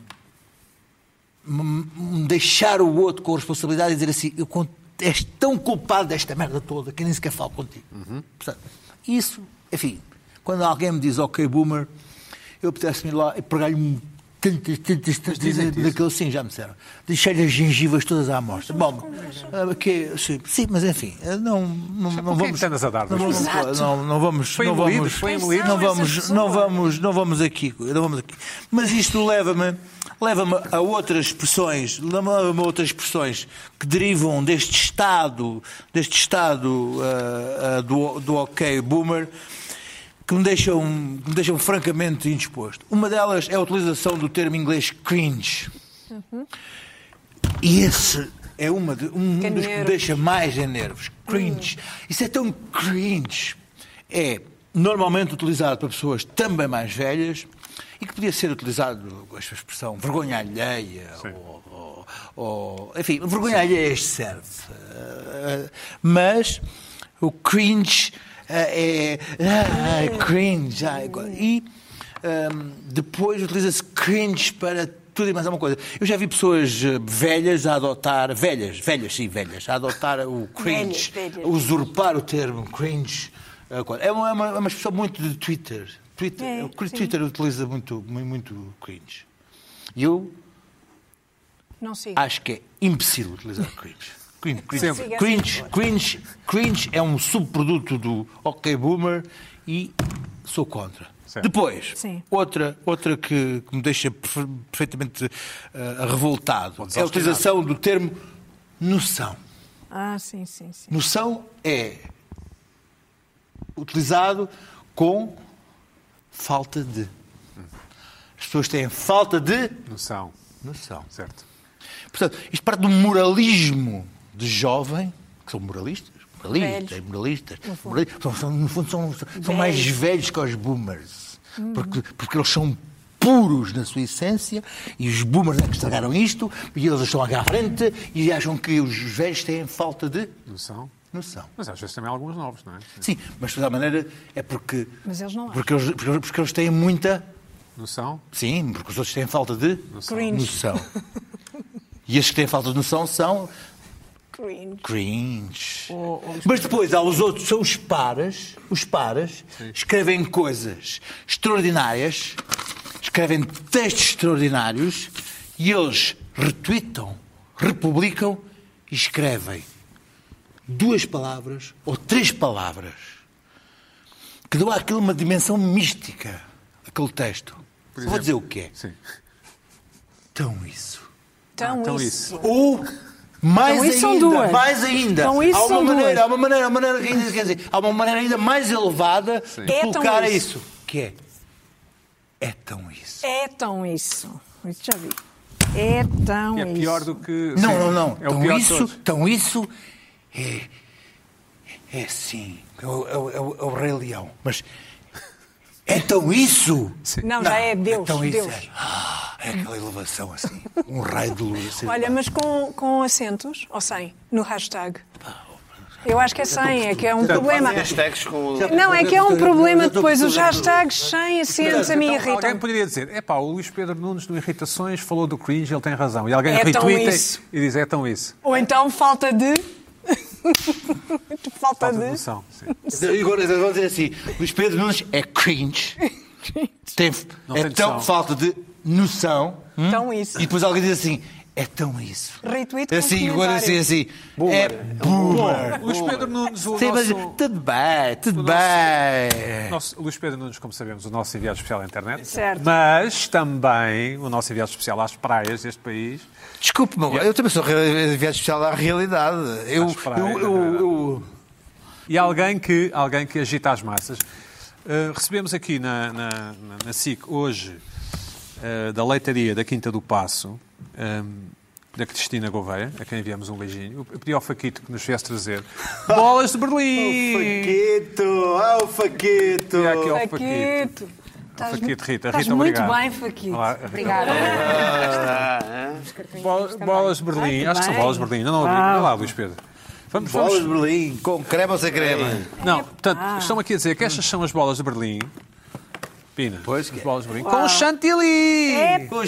S2: um- um deixar o outro com responsabilidade e dizer assim: eu con- és tão culpado desta merda toda que nem sequer falo contigo. Portanto, isso, enfim, quando alguém me diz ok, boomer, eu pudesse-me ir lá e pregar-lhe um tantas, tantas, tantas daquele sim, já me disseram. Deixei-lhe as gengivas todas à amostra. Bom, ah, que, sim, sim, mas enfim, ah, não, não, não
S1: Por que é que
S2: vamos.
S1: andas a dar?
S2: Não vamos,
S3: Exato.
S2: não, não vamos,
S1: Foi
S2: não
S1: engolido,
S2: vamos,
S1: foi
S3: engolido.
S2: não
S3: São
S2: vamos,
S3: essas
S2: não
S3: pessoas.
S2: vamos, não vamos aqui, não vamos aqui. Mas isto leva-me, leva-me a outras expressões, leva-me a outras expressões que derivam deste estado, deste estado ah, ah, do, do OK Boomer, que me deixam, que me deixam francamente indisposto. Uma delas é a utilização do termo inglês cringe. E esse é uma de- um,
S3: Que
S2: um dos que me
S3: nervos.
S2: deixa mais em nervos. Cringe. Isso é tão cringe. É normalmente utilizado para pessoas também mais velhas e que podia ser utilizado com esta expressão vergonha alheia ou, ou- ou- enfim, vergonha alheia é este serve. Eh, mas o cringe eh, é ah, cringe. ai, co- e Ahm, depois utiliza-se cringe para tudo e mais alguma coisa. Eu já vi pessoas eh, velhas a adotar, velhas, velhas, sim, velhas, a adotar o cringe,
S7: Velhas, velhas.
S2: usurpar o termo cringe. eh, coisa. É uma, é uma, é uma expressão muito de Twitter. Twitter,
S3: É,
S2: o cri-
S3: sim.
S2: Twitter utiliza muito, mu- muito cringe. E eu
S3: Não
S1: Ah.
S3: sigo.
S2: acho que é imbecil utilizar cringe. Cringe,
S1: Sempre.
S2: cringe, cringe, cringe, cringe é um subproduto do OK Boomer e sou contra.
S1: Certo.
S2: Depois,
S3: Sim.
S2: outra, outra que, que me deixa perfe- perfeitamente eh, revoltado é a
S1: desastre
S2: utilização do termo noção.
S3: Ah, sim, sim, sim.
S2: Noção é utilizado com falta de. As pessoas têm falta de
S1: Noção,
S2: noção.
S1: certo.
S2: Portanto, isto parte do moralismo de jovem, que são moralistas, moralistas,
S7: Velhos.
S2: moralistas, moralistas são, são- no fundo são, são mais velhos que os boomers, porque, porque eles são puros na sua essência e os boomers é que estragaram isto e eles estão aqui à frente e acham que os velhos têm falta de
S1: Noção.
S2: noção.
S1: Mas às vezes também há alguns novos, não é?
S2: Sim, mas de toda a maneira é porque,
S3: Mas eles não
S2: porque, eles, porque, porque eles têm muita
S1: Noção.
S2: Sim, porque os outros têm falta de
S3: Cringe.
S2: noção. E estes que têm falta de noção são
S3: Cringe.
S2: cringe. Mas depois há os outros, são os paras. Os paras escrevem coisas extraordinárias, escrevem textos extraordinários e eles retweetam, republicam e escrevem duas palavras ou três palavras que dão àquilo uma dimensão mística, aquele texto.
S1: Por
S2: Vou
S1: exemplo.
S2: dizer o que é.
S1: Sim.
S2: Tão isso.
S3: Então,
S1: Então
S3: isso.
S1: isso.
S2: Ou mais
S7: Então, isso
S2: ainda,
S7: são duas.
S2: mais ainda.
S7: Então, isso
S2: há uma
S7: são duas.
S2: maneira, há uma maneira, há uma maneira, que ainda- quer dizer, há uma maneira ainda mais elevada de
S3: É tão
S2: colocar
S3: isso.
S2: isso. que é é tão isso.
S3: É tão isso. Isso já vi. É tão
S1: É
S3: isso.
S1: pior do que.
S2: Não,
S1: Sim,
S2: não, não.
S1: É o
S2: Tão
S1: pior de
S2: isso,
S1: todos.
S2: tão isso é é assim. É o, é o- é o- é o Rei Leão, mas é tão isso.
S3: Não, já é Deus,
S2: tão isso,
S3: Deus.
S2: É, Ah, é aquela elevação assim, um raio de luz. assim.
S3: Olha, mas com, com acentos ou sem no hashtag?
S1: Ah,
S3: Eu acho que é sem, é que é um
S1: Então,
S3: problema.
S4: Hashtags com
S1: Ah.
S4: o-
S3: Não, é que é um problema depois. Os hashtags sem acentos a mim
S1: Então, Alguém
S3: irritam.
S1: poderia dizer, é pá, o Luís Pedro Nunes no Irritações falou do cringe, ele tem razão. E alguém
S3: É tão
S1: retweeta
S3: isso.
S1: e diz, é tão isso.
S3: Ou então falta de. falta
S1: Falta de
S3: de.
S1: noção. Sim.
S2: E agora eles vão dizer assim: Luís Pedro Nunes é cringe, tem,
S1: Não
S2: é
S1: tem
S2: tão
S1: noção.
S2: falta de noção. hum?
S3: Tão Então isso.
S2: E depois alguém diz assim: é tão isso.
S3: Retweet com
S2: assim, agora
S3: comentário.
S2: assim, assim, é boomer.
S1: Luís Pedro Nunes, o
S2: Sim, mas
S1: nosso...
S2: tudo bem, tudo
S1: o nosso-
S2: bem.
S1: Nosso, Luís Pedro Nunes, como sabemos, o nosso enviado especial à internet.
S3: Certo.
S1: Mas também o nosso enviado especial às praias deste país.
S2: Desculpe-me, agora, eu também sou re- enviado especial à realidade. Eu,
S1: Às praias, né?
S2: eu,
S1: na
S2: eu,
S1: verdade.
S2: eu-
S1: E alguém que, alguém que agita as massas. Uh, recebemos aqui na, na, na- na SIC hoje, uh, da leitaria da Quinta do Passo, um, da Cristina Gouveia, a quem enviamos um beijinho. Eu pedi ao Faquito que nos viesse trazer bolas de Berlim!
S5: Faquito, ah, o Faquito.
S1: E aqui ao Faquito.
S3: Faquito.
S1: Ao
S3: Estás
S1: Faquito, Rita.
S3: estás
S1: Rita,
S3: muito
S1: obrigado.
S3: bem, Faquito.
S1: Olá, Rita.
S7: Obrigada.
S1: Bol- bolas de Berlim.
S3: Ah,
S1: Acho que são
S3: bem. Ah.
S1: bolas de Berlim. Não, não ouvi. Olha lá, Luís Pedro. Vamos, vamos.
S5: Bolas de Berlim.
S2: com creme ou sem creme?
S1: Não, portanto, estão aqui a dizer que estas são as bolas de Berlim Pina.
S2: Pois que
S1: Os
S2: é.
S1: bolos de brinco. Com o chantilly!
S3: É.
S2: O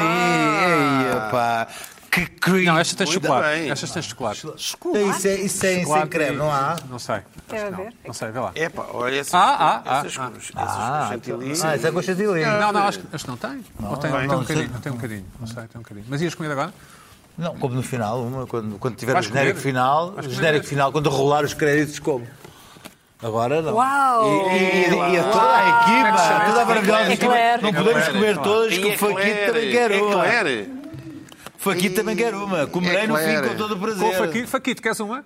S2: chantilly! Ei, pá! Que cream!
S1: Não, esta tem
S4: Muito
S1: chocolate.
S4: bem.
S1: Estas têm chocolate.
S2: Isso é, isso é sem
S1: Chocolate
S2: creme,
S1: e-
S2: não há?
S1: Não sei. Acho que
S3: a
S1: não.
S3: ver?
S1: Não sei, vê lá.
S4: Epá, olha essas,
S1: Ah, ah,
S4: essas
S1: ah, ah.
S4: cruz, essas
S2: Ah,
S4: chantilly.
S2: Ah, isso é com chantilly.
S1: Não, não, acho, que- acho que não tem. Ou tem,
S2: não,
S1: tem
S2: não
S1: um bocadinho,
S2: sei.
S1: tem um bocadinho. Não sei, tem um bocadinho. Mas ias comer agora?
S2: Não, como no final, uma, quando, quando tiver
S1: Vais
S2: o genérico
S1: comer?
S2: final,
S1: Vais comer
S2: genérico
S1: mesmo?
S2: final, quando rolar os créditos, como? Agora não.
S3: Uau! é
S2: E, e- e a toda a equipa, toda a maravilhosa equipa,
S3: Eclair.
S2: não podemos
S4: Eclair,
S2: comer todas,
S4: E
S2: que o Faquito também quer
S4: eclair,
S2: uma.
S4: eclair.
S2: Faquito também quer uma. Comerei no fim
S4: Eclair.
S2: com todo o prazer.
S1: Com o Faquito, Faquito, queres uma?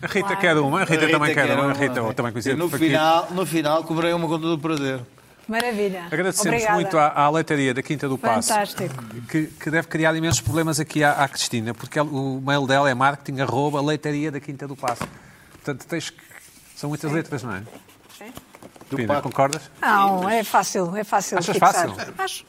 S1: A Rita
S3: Claro.
S1: quer uma, a Rita, também quer uma, a Rita
S2: uma.
S1: ou também conhecida
S2: E no
S1: por Faquito.
S2: final, no final, comerei uma com todo o prazer.
S3: Maravilha.
S1: Agradecemos
S3: Obrigada.
S1: muito à, à leitaria da Quinta do Passo,
S3: Fantástico.
S1: que, que deve criar imensos problemas aqui à, à Cristina, porque ela- o mail dela é marketing arroba leitaria da Quinta do Passo. Portanto, tens que... São muitas letras, não é?
S3: Sim.
S1: Pina, concordas?
S3: Não, é fácil, é fácil.
S1: Achas
S3: fixar.
S1: fácil?
S3: Acho.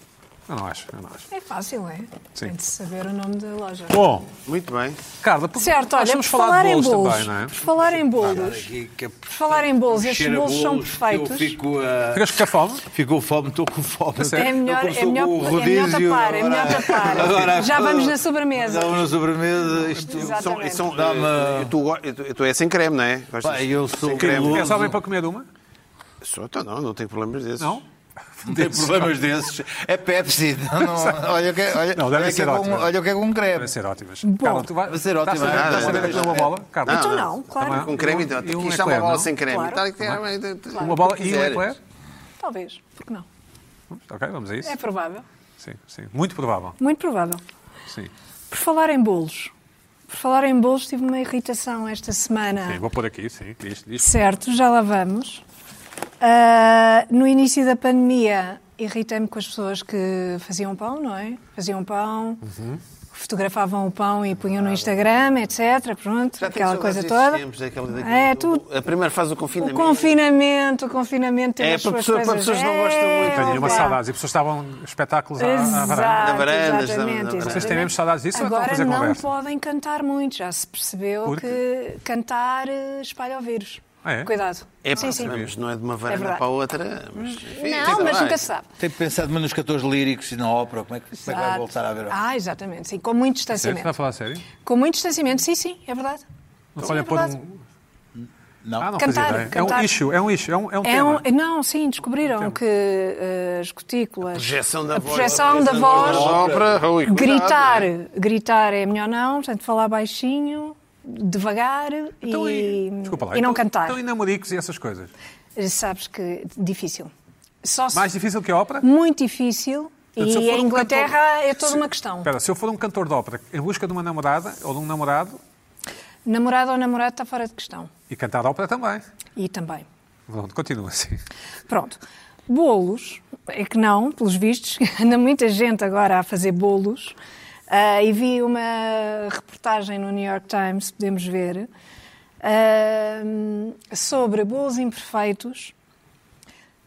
S1: Eu não acho, eu não acho.
S3: É fácil, é?
S1: Sim.
S3: Tem de saber o nome da loja.
S1: Bom,
S4: Muito bem.
S1: Carla, por,
S3: Certo, olha, por
S1: vamos falar
S3: falar
S1: de
S3: em
S1: bolos,
S3: bolos,
S1: também, não é?
S3: por falar em bolos,
S5: Aqui, que é-
S3: por falar em bolos, estes
S5: cheira a
S3: bolos são
S5: bolos, Eu
S3: perfeitos.
S5: fico
S2: eh,
S5: a...
S1: Ficas com a fome?
S5: Ficou fome, estou com fome.
S1: sério?
S3: É melhor,
S5: Eu
S3: é
S5: começou
S3: melhor,
S5: com o
S3: é melhor
S5: rodízio,
S3: tapar, é melhor
S5: agora-
S3: tapar.
S5: agora-
S3: Já vamos na sobremesa.
S2: Estava na sobremesa, isto...
S4: São,
S3: Exatamente.
S4: são,
S2: Dá-me-
S4: eh, tu, go- tu, tu és sem creme, não é? Gostas?
S2: Pá, eu sou
S4: Sem creme.
S2: guloso.
S1: É só bem para comer uma?
S4: Só, então não, não tenho problemas desses.
S1: Não?
S2: Não tem problemas desses. É Pepsi. Não, não, olha, o que, olha,
S1: Não, deve
S2: olha, o que
S1: ser
S2: é com,
S1: ótimo.
S2: olha o que é
S4: um
S2: com creme.
S1: Vai ser ótimas.
S3: Bom.
S1: Carla, tu vai, Tá
S2: Vai ser
S1: estás
S2: ótima.
S1: a saber- Estás a
S4: Nada,
S1: saber a comer uma bola? Carla,
S3: Então não,
S1: Também-
S3: claro,
S4: Com creme, então.
S1: E um
S4: Isto é uma
S1: eclair,
S4: bola
S1: não?
S4: sem creme.
S3: Claro.
S4: Tá, é, é, é,
S1: uma bola e um
S4: quiseres.
S1: eclair? Hum,
S3: talvez, porque não?
S1: Ok, vamos a isso.
S3: É provável,
S1: Sim, sim. Muito provável.
S3: muito provável.
S1: Sim.
S3: Por falar em bolos, por falar em bolos, tive uma irritação esta semana.
S1: Sim, vou pôr aqui, sim. Diz, diz.
S3: Certo, já lá vamos. Ah, no início da pandemia, irritei-me com as pessoas que faziam pão, não é? Faziam pão,
S4: Uhum.
S3: fotografavam o pão e punham no Instagram, etc. Pronto,
S4: Já tenho
S3: aquela
S4: saudades
S3: coisa
S4: desses
S3: toda.
S4: tempos, daquele- daquele-
S3: é, tu,
S4: A primeira fase do
S3: o
S4: confinamento.
S3: confinamento, o confinamento tem
S4: É,
S3: as
S4: para
S3: suas
S4: pessoa- para
S3: coisas. É,
S4: pessoas que não gostam muito.
S1: Tenho uma
S3: opa.
S1: saudades. E pessoas estavam espetáculos à, à Tá, varanda.
S3: Exato,
S4: Na varanda, na
S3: exatamente,
S4: varanda.
S1: Vocês têm mesmo saudades disso ou estão a
S3: Agora
S1: fazer
S3: não
S1: conversa?
S3: podem cantar muito, já se percebeu
S1: Por quê?
S3: que cantar eh, espalha o vírus.
S1: Ah, é?
S3: Cuidado.
S4: É,
S3: sim, sim.
S4: mas não é de uma
S3: É
S4: varanda
S3: verdade. Hum.
S4: para a outra. Mas, enfim,
S3: Não,
S4: está
S3: mas
S4: bem.
S3: nunca se sabe.
S2: Tenho pensado mais nos 14 líricos e na ópera. Como é que, como é que vai
S3: Exato.
S2: voltar a ver? a-
S3: Ah, exatamente, sim, com muito
S1: Sério? Está a
S3: distanciamento.
S1: falar sério?
S3: Com muito distanciamento, sim, sim, é verdade.
S1: Não
S3: Sim,
S1: podem
S3: é
S1: pôr
S3: verdade.
S1: um...
S2: Não.
S1: Ah, não
S3: Cantar,
S1: fazia ideia. É um
S3: cantar.
S1: issue, é um issue, é um, é um
S3: É um-
S1: tema. Um
S3: não, sim, descobriram que eh, as cutículas. A
S4: projeção da voz.
S3: projeção da
S4: Mas
S3: voz,
S4: ópera, ui, cuidado,
S3: gritar,
S4: não é?
S3: gritar é melhor não, portanto, falar baixinho, devagar e,
S1: Então Desculpa lá.
S3: e não
S1: então-
S3: cantar.
S1: Então e namoricos e essas coisas?
S3: Sabes que difícil. Só se-
S1: Mais difícil que a ópera?
S3: Muito difícil.
S1: Portanto, se eu
S3: e
S1: for
S3: a
S1: um
S3: Inglaterra
S1: cantor-
S3: é toda
S1: se-
S3: uma questão.
S1: Espera, se eu for um cantor de ópera em busca de uma namorada ou de um namorado
S3: Namorado ou namorado está fora de questão.
S1: e cantar ópera também.
S3: E também.
S1: Pronto, continua assim.
S3: Pronto. Bolos, é que não, pelos vistos, anda muita gente agora a fazer bolos. Ah, e vi uma reportagem no New York Times, podemos ver, ah, sobre bolos imperfeitos,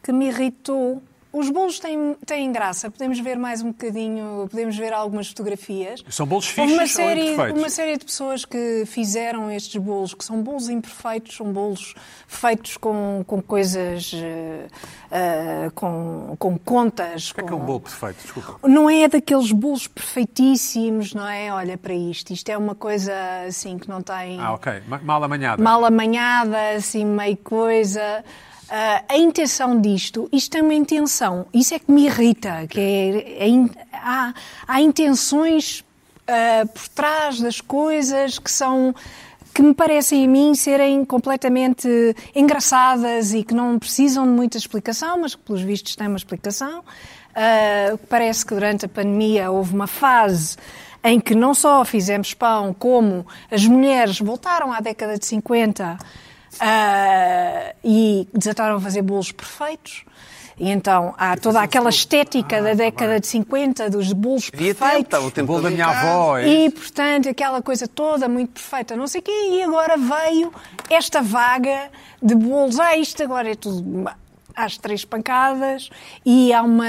S3: que me irritou. Os bolos têm, têm graça, podemos ver mais um bocadinho, podemos ver algumas fotografias.
S1: São bolos fixos
S3: Houve uma
S1: ou
S3: série,
S1: imperfeitos?
S3: uma série de pessoas que fizeram estes bolos, que são bolos imperfeitos, são bolos feitos com, com coisas, eh, eh, com, com contas.
S1: O que é que é um bolo perfeito? Desculpa.
S3: Não é daqueles bolos perfeitíssimos, não é? Olha para isto, isto é uma coisa assim que não tem
S1: Ah, ok. Ma- Mal amanhada.
S3: mal amanhada, assim, meio coisa. Ah, a intenção disto, isto é uma intenção, isso é que me irrita, que é, é in- há, há intenções ah, por trás das coisas que são que me parecem a mim serem completamente engraçadas e que não precisam de muita explicação, mas que pelos vistos têm uma explicação. Ah, parece que durante a pandemia houve uma fase em que não só fizemos pão, como as mulheres voltaram à década de 50 ah, e desataram a fazer bolos perfeitos. E então há toda aquela estética da década de 50, dos bolos
S4: Havia tempo, estava
S3: perfeitos.
S4: o
S1: O
S4: tempo
S1: bolo da
S4: todo em
S1: minha
S4: casa.
S1: avó é...
S3: E, portanto, aquela coisa toda muito perfeita, não sei o quê, e agora veio esta vaga de bolos. Ah, isto agora é tudo às três pancadas e há uma,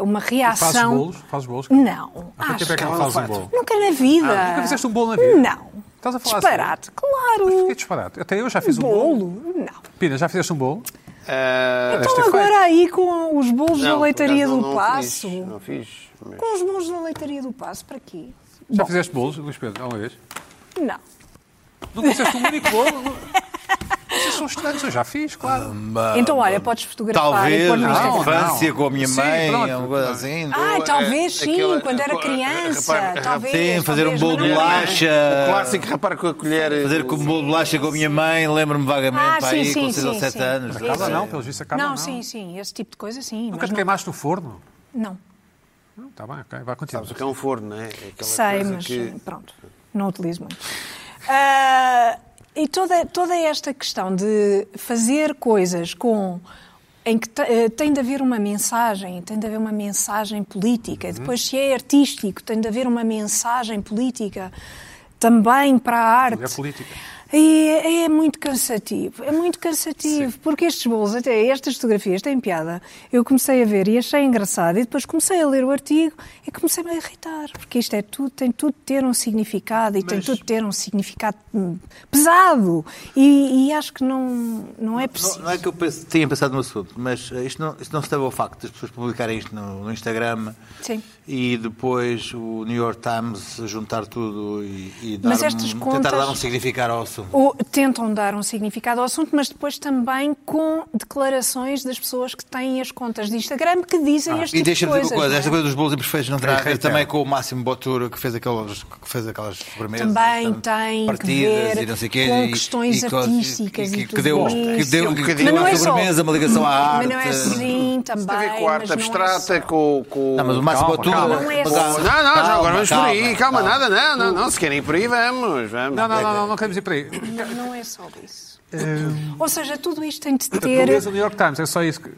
S3: uma reação.
S1: Fazes bolos? Fazes bolos?
S3: Não,
S1: Há quanto tempo é que
S3: acho
S1: não fazes um bolo?
S3: Nunca na vida.
S1: nunca fizeste um bolo na vida?
S3: Não.
S1: Estás a falar
S3: Disparate,
S1: Mas
S3: claro.
S1: fiquei disparado. Até eu já fiz um bolo.
S3: bolo? Não.
S1: Pina, já fizeste um bolo?
S4: Ah,
S3: Estão
S1: feita.
S3: agora aí com os bolos da
S4: não,
S3: leitaria
S4: não,
S3: do
S4: não
S3: Passo.
S4: Fiz, não fiz. mas-
S3: Com os bolos da leitaria do Passo, para quê?
S1: Já fizeste bolos, Luís Pedro, alguma vez?
S3: Não.
S1: Nunca fizeste um único bolo? Vocês são estudantes, eu já fiz, claro.
S3: então, olha, podes fotografar
S2: Talvez
S3: e pôr no
S2: na
S1: não,
S3: Instagram.
S2: infância
S1: não.
S2: com a minha
S1: Sim,
S2: mãe,
S1: pronto.
S2: alguma coisa assim.
S3: Ah,
S4: Ou,
S3: talvez
S4: eh,
S3: sim,
S4: aquela-
S3: quando era
S4: eh,
S3: criança.
S4: repara,
S3: talvez,
S2: Sim, fazer um
S3: talvez,
S2: bolo de
S3: mas não era.
S2: bolacha.
S4: O clássico rapar com a colher. eh,
S2: Fazer como bolo de bolacha com a minha mãe, lembro-me vagamente,
S3: Ah,
S2: pá,
S3: sim,
S2: aí
S3: sim,
S2: com 6 ou
S3: sim,
S2: 7
S3: sim.
S2: anos.
S3: Sim,
S1: Acaba
S3: sim.
S1: não, pelos vistos acaba
S3: Não,
S1: não.
S3: sim, sim, esse tipo de coisa sim.
S1: Nunca
S3: Mas
S1: te
S3: não,
S1: queimaste no forno?
S3: não.
S1: Não, Está bem, ok, vai continuar.
S4: Sabes o que é um forno, não é? É aquela
S3: sei,
S4: coisa
S3: mas
S4: que-
S3: pronto, não utilizo muito. Ah, e toda, toda esta questão de fazer coisas com em que te- eh, tem de haver uma mensagem, tem de haver uma mensagem política.
S2: Uhum.
S3: Depois, se é artístico, tem de haver uma mensagem política também para a arte.
S1: É política.
S3: E é, é muito cansativo, é muito cansativo, porque estes bolos, até estas fotografias têm piada. Eu comecei a ver e achei engraçado, e depois comecei a ler o artigo e comecei-me a irritar, porque isto é tudo, tem tudo de ter um significado e tem tudo de ter um significado hum, pesado. E, e acho que não, não é
S2: Não,
S3: preciso.
S2: não é que eu pense- tenha pensado no assunto, mas eh, isto não, isto não se deve ao facto das pessoas publicarem isto no, no Instagram
S3: Sim.
S2: e depois o New York Times juntar tudo e, e dar
S3: Mas
S2: um-
S3: estas
S2: tentar
S3: contas-
S2: dar um significado ao assunto.
S3: Ou tentam dar um significado ao assunto, mas depois também com declarações das pessoas que têm as contas de Instagram que
S2: Ah,
S3: dizem este
S2: E
S3: tipo
S2: deixa-me
S3: de
S2: dizer
S3: coisas.
S2: uma coisa,
S3: não é?
S2: esta coisa dos bolos imperfeitos não terá a ver
S1: Irrita.
S2: também com o Máximo Botura que fez aquelas, que fez aquelas sobremesas
S3: Também
S2: portanto,
S3: tem que
S2: então, partidas
S3: ver
S2: e não sei quê,
S3: com
S2: e-
S3: questões
S2: e co-
S3: artísticas
S2: que,
S3: e
S2: que,
S3: tudo
S2: deu,
S3: isso.
S2: que deu, que
S4: Mas
S2: deu
S3: não
S2: à
S3: é só-
S2: sobremesa uma ligação à arte.
S3: Mas não é assim também.
S4: Tem a ver com a arte
S3: mas não é
S4: abstrata,
S3: assim.
S4: com, com.
S2: Não, Ah, mas o Máximo
S1: Calma,
S2: Botura...
S1: calma.
S3: Não é
S2: Mas
S3: só-
S2: há-
S4: Não, não, já agora vamos por aí. Calma, nada, não, não, não. Se querem ir por aí, vamos. vamos.
S1: Não, não, não, não, não queremos ir para aí.
S3: Não, não é só isso.
S2: Hum.
S3: Ou seja, tudo isto tem de
S1: Tu
S3: ter.
S1: lês o New York Times, é só isso. que-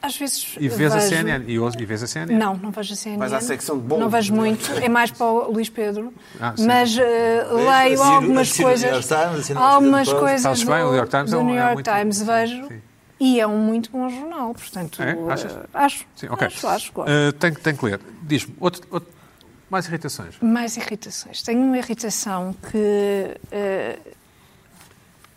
S3: Às vezes.
S1: E vês a
S3: vejo-
S1: CNN. E, ouves- e vês a CNN.
S3: Não, não vejo a CNN.
S4: Vais à secção de bolos.
S3: Não vejo muito, é mais para o Luís Pedro.
S1: Ah, sim.
S3: mas eh, leio
S2: assino-
S3: algumas
S2: assino o New
S3: coisas.
S2: York Times, assino-
S3: Algumas
S2: assino-
S3: coisas
S1: Sabes bem, o New York Times
S3: do
S1: é um-
S3: New
S1: é
S3: York
S1: muito-
S3: Times vejo.
S1: Sim.
S3: E é um muito bom jornal, portanto.
S1: É?
S3: eh,
S1: Achas?
S3: Acho.
S1: Sim, ok.
S3: Acho, acho, gosto.
S1: Eh, tenho, que- tenho que ler. Diz-me, outro, outro- mais irritações.
S3: Mais irritações. Tenho uma irritação que. eh,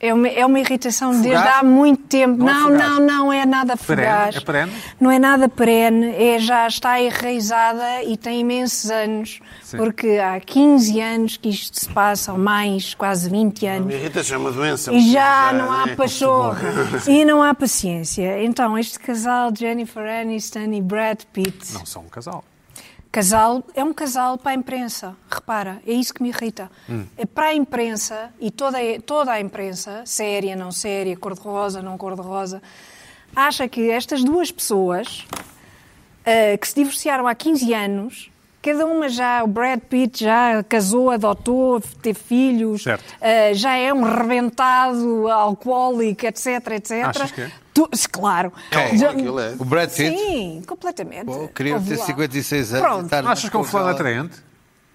S3: é uma, é uma irritação desde há muito tempo.
S1: Não é
S3: Não,
S1: fugaz.
S3: não, não, é nada
S1: Perene?
S3: fugaz.
S1: É perene?
S3: Não é nada perene, é, já está enraizada e tem imensos anos,
S1: Sim.
S3: porque há 15 anos que isto se passa, ou mais, quase 20
S4: A
S3: anos.
S4: minha Rita chama uma doença.
S3: E já não há
S4: né?
S3: pachorra. E não há paciência. Então, este casal, Jennifer Aniston e Brad Pitt.
S1: Não são um casal.
S3: Casal é um casal para a imprensa. Repara, é isso que me irrita.
S1: Hum.
S3: É para a imprensa e toda, toda a imprensa, séria, não séria, cor-de-rosa, não cor-de-rosa, acha que estas duas pessoas eh, que se divorciaram há 15 anos, cada uma já, o Brad Pitt já casou, adotou, teve filhos,
S1: Certo.
S3: eh, já é um rebentado, alcoólico, etc, etc.
S1: Achas que é?
S3: Tu- claro.
S2: É,
S3: Já-
S4: aquilo é.
S2: O Brad Pitt...
S3: Sim, completamente.
S2: Pô, queria
S3: Ouve
S2: ter
S3: lá.
S2: 56 anos
S3: Pronto,
S2: e estar-
S1: Achas que é um fulano atraente?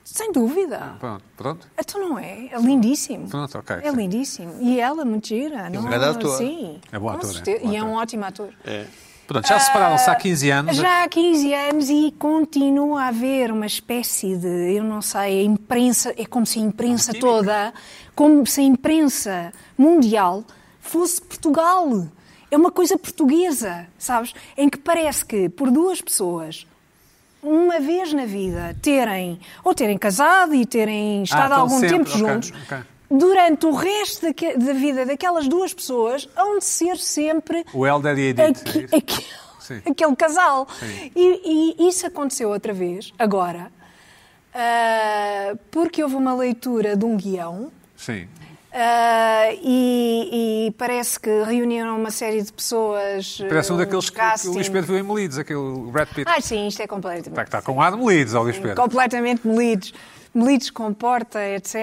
S3: sem dúvida.
S1: Pronto, pronto.
S3: Então não é? É lindíssimo.
S1: Pronto, Então, ok, sim.
S3: É
S1: um
S3: lindíssimo. E ela, muito gira. Não,
S2: grande ator.
S3: Sim.
S1: É bom
S3: Com
S1: ator, é.
S3: certeza.
S1: Bom
S3: E é
S1: ator.
S3: um ótimo ator.
S4: É.
S1: Pronto, já separaram-se há 15 anos.
S3: Já há 15 anos e continua a haver uma espécie de, eu não sei, a imprensa, é como se a imprensa toda, como se a imprensa mundial fosse Portugal. É uma coisa portuguesa, sabes? Em que parece que por duas pessoas uma vez na vida terem ou terem casado e terem estado há
S1: Ah, estão
S3: algum
S1: sempre,
S3: tempo
S1: ok,
S3: juntos,
S1: ok.
S3: durante o resto daque- da vida daquelas duas pessoas, hão de ser sempre
S1: O Helder e a Edith,
S3: aque-
S1: é isso?
S3: aque-
S1: Sim.
S3: aquele casal.
S1: Sim.
S3: E, e isso aconteceu outra vez, agora, ah, porque houve uma leitura de um guião.
S1: Sim.
S3: ah, e, e parece que reuniram uma série de pessoas.
S1: Parece um
S3: eh,
S1: daqueles que, que o Luís
S3: casting.
S1: Pedro viu em Melides, aquele Brad Pitt.
S3: Ah, sim, isto é completamente.
S1: Está, está com ar de Melides, ó Luís Pedro.
S3: completamente melidos. Melidos com porta, etc.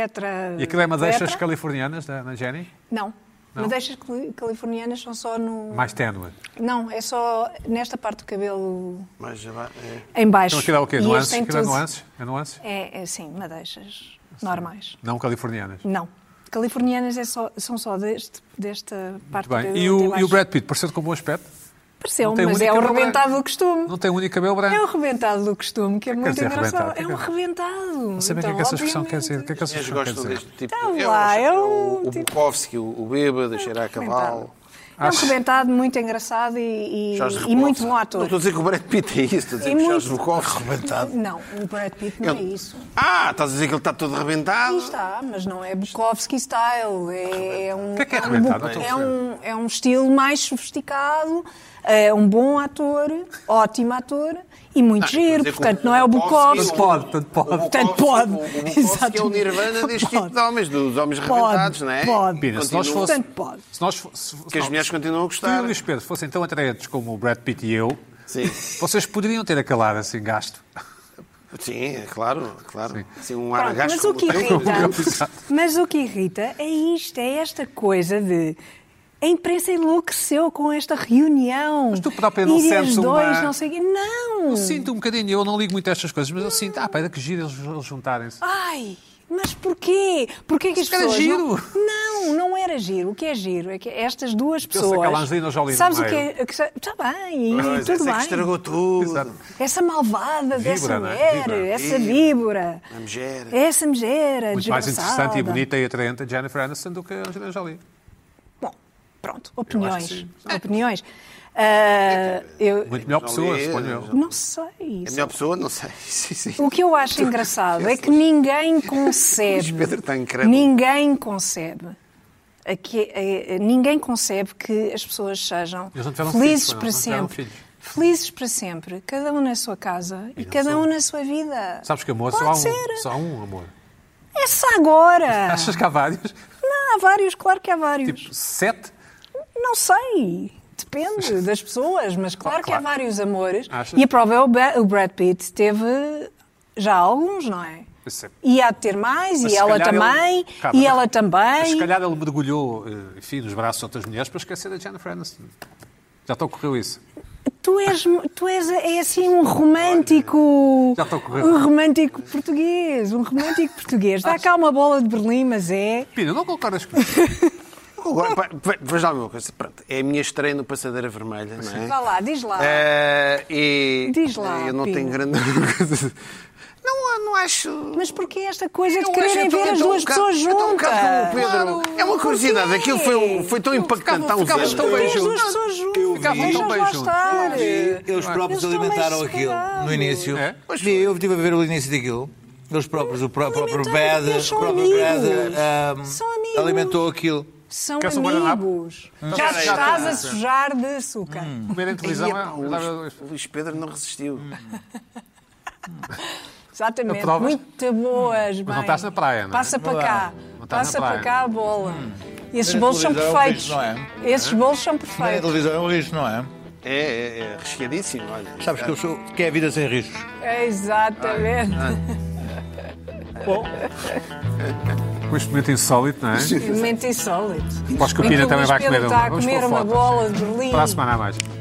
S1: E aquilo é madeixas
S3: etc.
S1: californianas, da da Jenny?
S3: Não.
S1: Não?
S3: Madeixas cali- californianas são só no.
S1: Mais ténue.
S3: Não, é só nesta parte do cabelo
S4: Mas já vai. É.
S3: em baixo.
S1: Então aquilo é o quê?
S3: E
S1: Nuances?
S3: este tem
S1: Aquilo é
S3: tudo.
S1: nuances? É nuances?
S3: É, é sim, madeixas normais.
S1: Não californianas.
S3: Não. Californianas é só- são só deste, desta parte
S1: Muito
S3: do
S1: bem.
S3: cabelo.
S1: E
S3: até
S1: o,
S3: baixo.
S1: e o Brad Pitt, pareceu com bom aspecto?
S3: Pareceu,
S1: não tem um
S3: mas é o
S1: único cabelo
S3: rebentado
S1: branco.
S3: do costume.
S1: Não tem um único cabelo branco?
S3: É o rebentado do costume, que é,
S1: que quer
S3: muito
S1: dizer
S3: engraçado.
S1: rebentado?
S3: É um rebentado. Não
S1: Sabem o que é que essa expressão quer dizer? O que é que essa
S4: Eles
S1: expressão quer
S4: gostam
S1: dizer?
S4: deste tipo.
S3: Então
S4: é
S3: lá,
S4: o-
S3: é um
S4: o, o
S3: tipo-
S4: Bukowski, o, o bêbado, a cheirar a
S3: Rebentado.
S4: cavalo.
S3: Então, É um
S1: Acho-
S3: comentado muito engraçado e, e-
S4: Charles
S3: e
S4: Rebouça.
S3: muito bom
S4: Não
S3: ator.
S4: estou a dizer que o Brad Pitt é isso, estou a dizer
S3: E
S4: que o
S3: muito-
S4: Charles Bukowski. Rebentado.
S3: Não, o Brad Pitt não é isso.
S4: Ah, estás a dizer que ele está todo
S3: Sim,
S1: Ah,
S4: rebentado?
S3: está, mas não é Bukowski style. É, é um,
S1: O que é que é
S3: um
S1: arrebentado?
S3: bu-
S1: Não estou a
S3: é um- é um estilo mais sofisticado, é um bom ator, ótimo ator e
S1: Ah,
S3: muito
S4: estou a
S3: giro.
S4: dizer que o
S3: Portanto, não é o Bukowski.
S1: Tanto pode, tanto pode.
S3: Portanto, pode.
S4: O Bukowski é o
S3: Exatamente.
S4: nirvana deste tipo
S3: Pode.
S4: de homens, dos homens
S3: Pode,
S4: rebentados, não é?
S3: pode.
S1: Pina, se nós
S4: Continuam-
S1: fosse-
S3: Portanto, pode.
S1: Se nós fo- se-
S4: Que as
S1: se-
S4: mulheres continuam a
S1: Tu e
S4: gostar.
S1: o Luís Pedro fossem tão atraentes como o Brad Pitt e eu,
S4: Sim.
S1: vocês poderiam ter acalado assim gasto.
S4: Sim, é claro, claro. Sim. um
S3: Pronto,
S4: ar gasto
S3: mas o que
S4: como tem.
S3: irrita,
S1: é um Exato.
S3: mas o que irrita é isto, é esta coisa de a imprensa enlouqueceu com esta reunião. Mas
S1: tu própria não sentes
S3: dois,
S1: uma-
S3: não sei o quê. Não.
S1: Eu sinto um bocadinho, eu não ligo muito a estas coisas, mas eu sinto, ah, pera, que giro eles, eles juntarem-se.
S3: Ah, Ai, mas porquê? Porquê que as
S1: Isso era
S3: pessoas...
S1: giro.
S3: Não, não, não era giro. O que é giro é que estas duas
S1: sei que
S3: pessoas...
S1: a Angelina Jolie no
S3: Sabes o que
S1: meio.
S3: é? que sa- Está bem, e
S4: Pois,
S3: tudo
S4: essa é
S3: bem.
S4: que estragou tudo.
S1: Exato.
S3: Essa malvada dessa
S1: Víbora, não é?
S3: mulher,
S1: Víbora.
S3: essa víbora.
S4: A mulher.
S3: Essa mulher,
S1: Muito mais interessante e
S3: desgraçada.
S1: bonita e atraente a Jennifer Aniston do que a Angelina Jolie.
S3: Bom, pronto, opiniões.
S1: sim.
S3: Opiniões. Ah, eu
S1: Muito melhor pessoa,
S4: Jolie,
S1: suponho eu.
S3: não sei.
S4: É melhor pessoa? Não sei. Sim, sim.
S3: O que eu acho engraçado é que ninguém concebe.
S4: Luís Pedro está incrédulo.
S3: Ninguém concebe. a que- a- a- ninguém concebe que as pessoas sejam
S1: Eles não tiveram filhos,
S3: felizes para
S1: não tiveram
S3: sempre.
S1: filhos.
S3: Felizes para sempre, cada um na sua casa e, cada um na sua vida.
S1: Sabes que amor,
S3: Pode
S1: só há
S3: ser. Ah.
S1: um. Só há um amor.
S3: É só agora.
S1: Achas que há vários?
S3: Não, há vários, claro que há vários.
S1: Tipo, sete?
S3: Não sei. Depende das pessoas, mas claro, que há
S1: Claro.
S3: vários amores.
S1: Achas?
S3: E a prova é o, Ba- o Brad Pitt teve já alguns, não é?
S1: Eu sei.
S3: E há de ter mais,
S1: Mas se
S3: e ela,
S1: calhar ele-
S3: também,
S1: Calma.
S3: e ela também,
S1: Mas Se calhar ele mergulhou, eh, enfim, nos braços de outras mulheres para esquecer da Jennifer Aniston. Já te ocorreu isso?
S3: Tu és, tu és é assim um romântico.
S1: Já estou a correr.
S3: Um romântico português, um romântico português. Dá cá uma bola de Berlim, mas é.
S1: Pina, não concordas com
S4: Agora, pá, ve- veja lá uma coisa. Pronto, é a minha estreia no Passadeira Vermelha, não é?
S3: Vá lá, diz lá.
S4: Eh, e
S3: Diz lá,
S4: eu não
S3: Pina.
S4: tenho grande. não, não acho.
S3: Mas porquê esta coisa É de
S4: Eu
S3: quererem
S4: acho, então,
S3: ver as
S4: então,
S3: duas
S4: um bocado-
S3: pessoas
S4: então, um
S3: juntas?
S4: bocado, Pedro, é uma
S3: Porquê?
S4: curiosidade. Aquilo foi, um- foi tão impactante há uns
S1: ficavas
S4: anos.
S1: tão bem
S3: As duas
S1: juntos.
S3: pessoas
S1: Eu
S3: juntas,
S1: vi. Ficavam tão
S3: deixas
S1: bem
S3: lá
S1: juntos.
S3: estar.
S5: Eles
S3: Eles
S5: próprios
S3: estão
S5: alimentaram
S3: bem
S5: aquilo no
S3: separados.
S5: início.
S1: É?
S5: Pois vi, eu estive a ver o início daquilo. Eles próprios, o pró- próprio
S3: Alimentaram,
S5: Bad,
S3: eles
S5: o
S3: são
S5: próprio Bad
S3: amigos.
S5: ahm,
S2: ah,
S3: São amigos.
S5: alimentou aquilo.
S3: São
S1: Queres um guardanapo?
S3: amigos.
S4: Então,
S3: Já te estás a sujar de açúcar.
S4: Hum.
S1: comer em televisão?
S4: Ih, epá,
S1: é-
S4: o Luís- o Luís Pedro não resistiu.
S3: Exatamente.
S1: Aprovas?
S3: Muito boas, Mas
S1: não estás na praia, não é?
S3: Passa para cá.
S1: Não estás
S3: Passa
S1: na
S3: para
S1: praia. Hum.
S3: cá a bola. Esses
S5: Ver a
S3: bolos são
S5: televisão é um
S3: perfeitos.
S5: lixo, não é?
S3: Esses bolos são
S5: Mas a
S3: perfeitos.
S5: televisão é um lixo, não é?
S4: É, é, é recheadíssimo. Olha.
S5: Sabes que eu sou. que é a vida sem riscos.
S3: Exatamente.
S5: Ah,
S1: Com este momento insólito, não é?
S3: Mente insólito.
S1: Acho que o Pina
S3: Em o
S1: também
S3: Luís
S1: vai
S3: Pedro
S1: comer
S3: está a
S1: uma. Vamos
S3: comer
S1: pôr
S3: uma
S1: fotos.
S3: bola de Berlim.
S1: Para a semana a mais.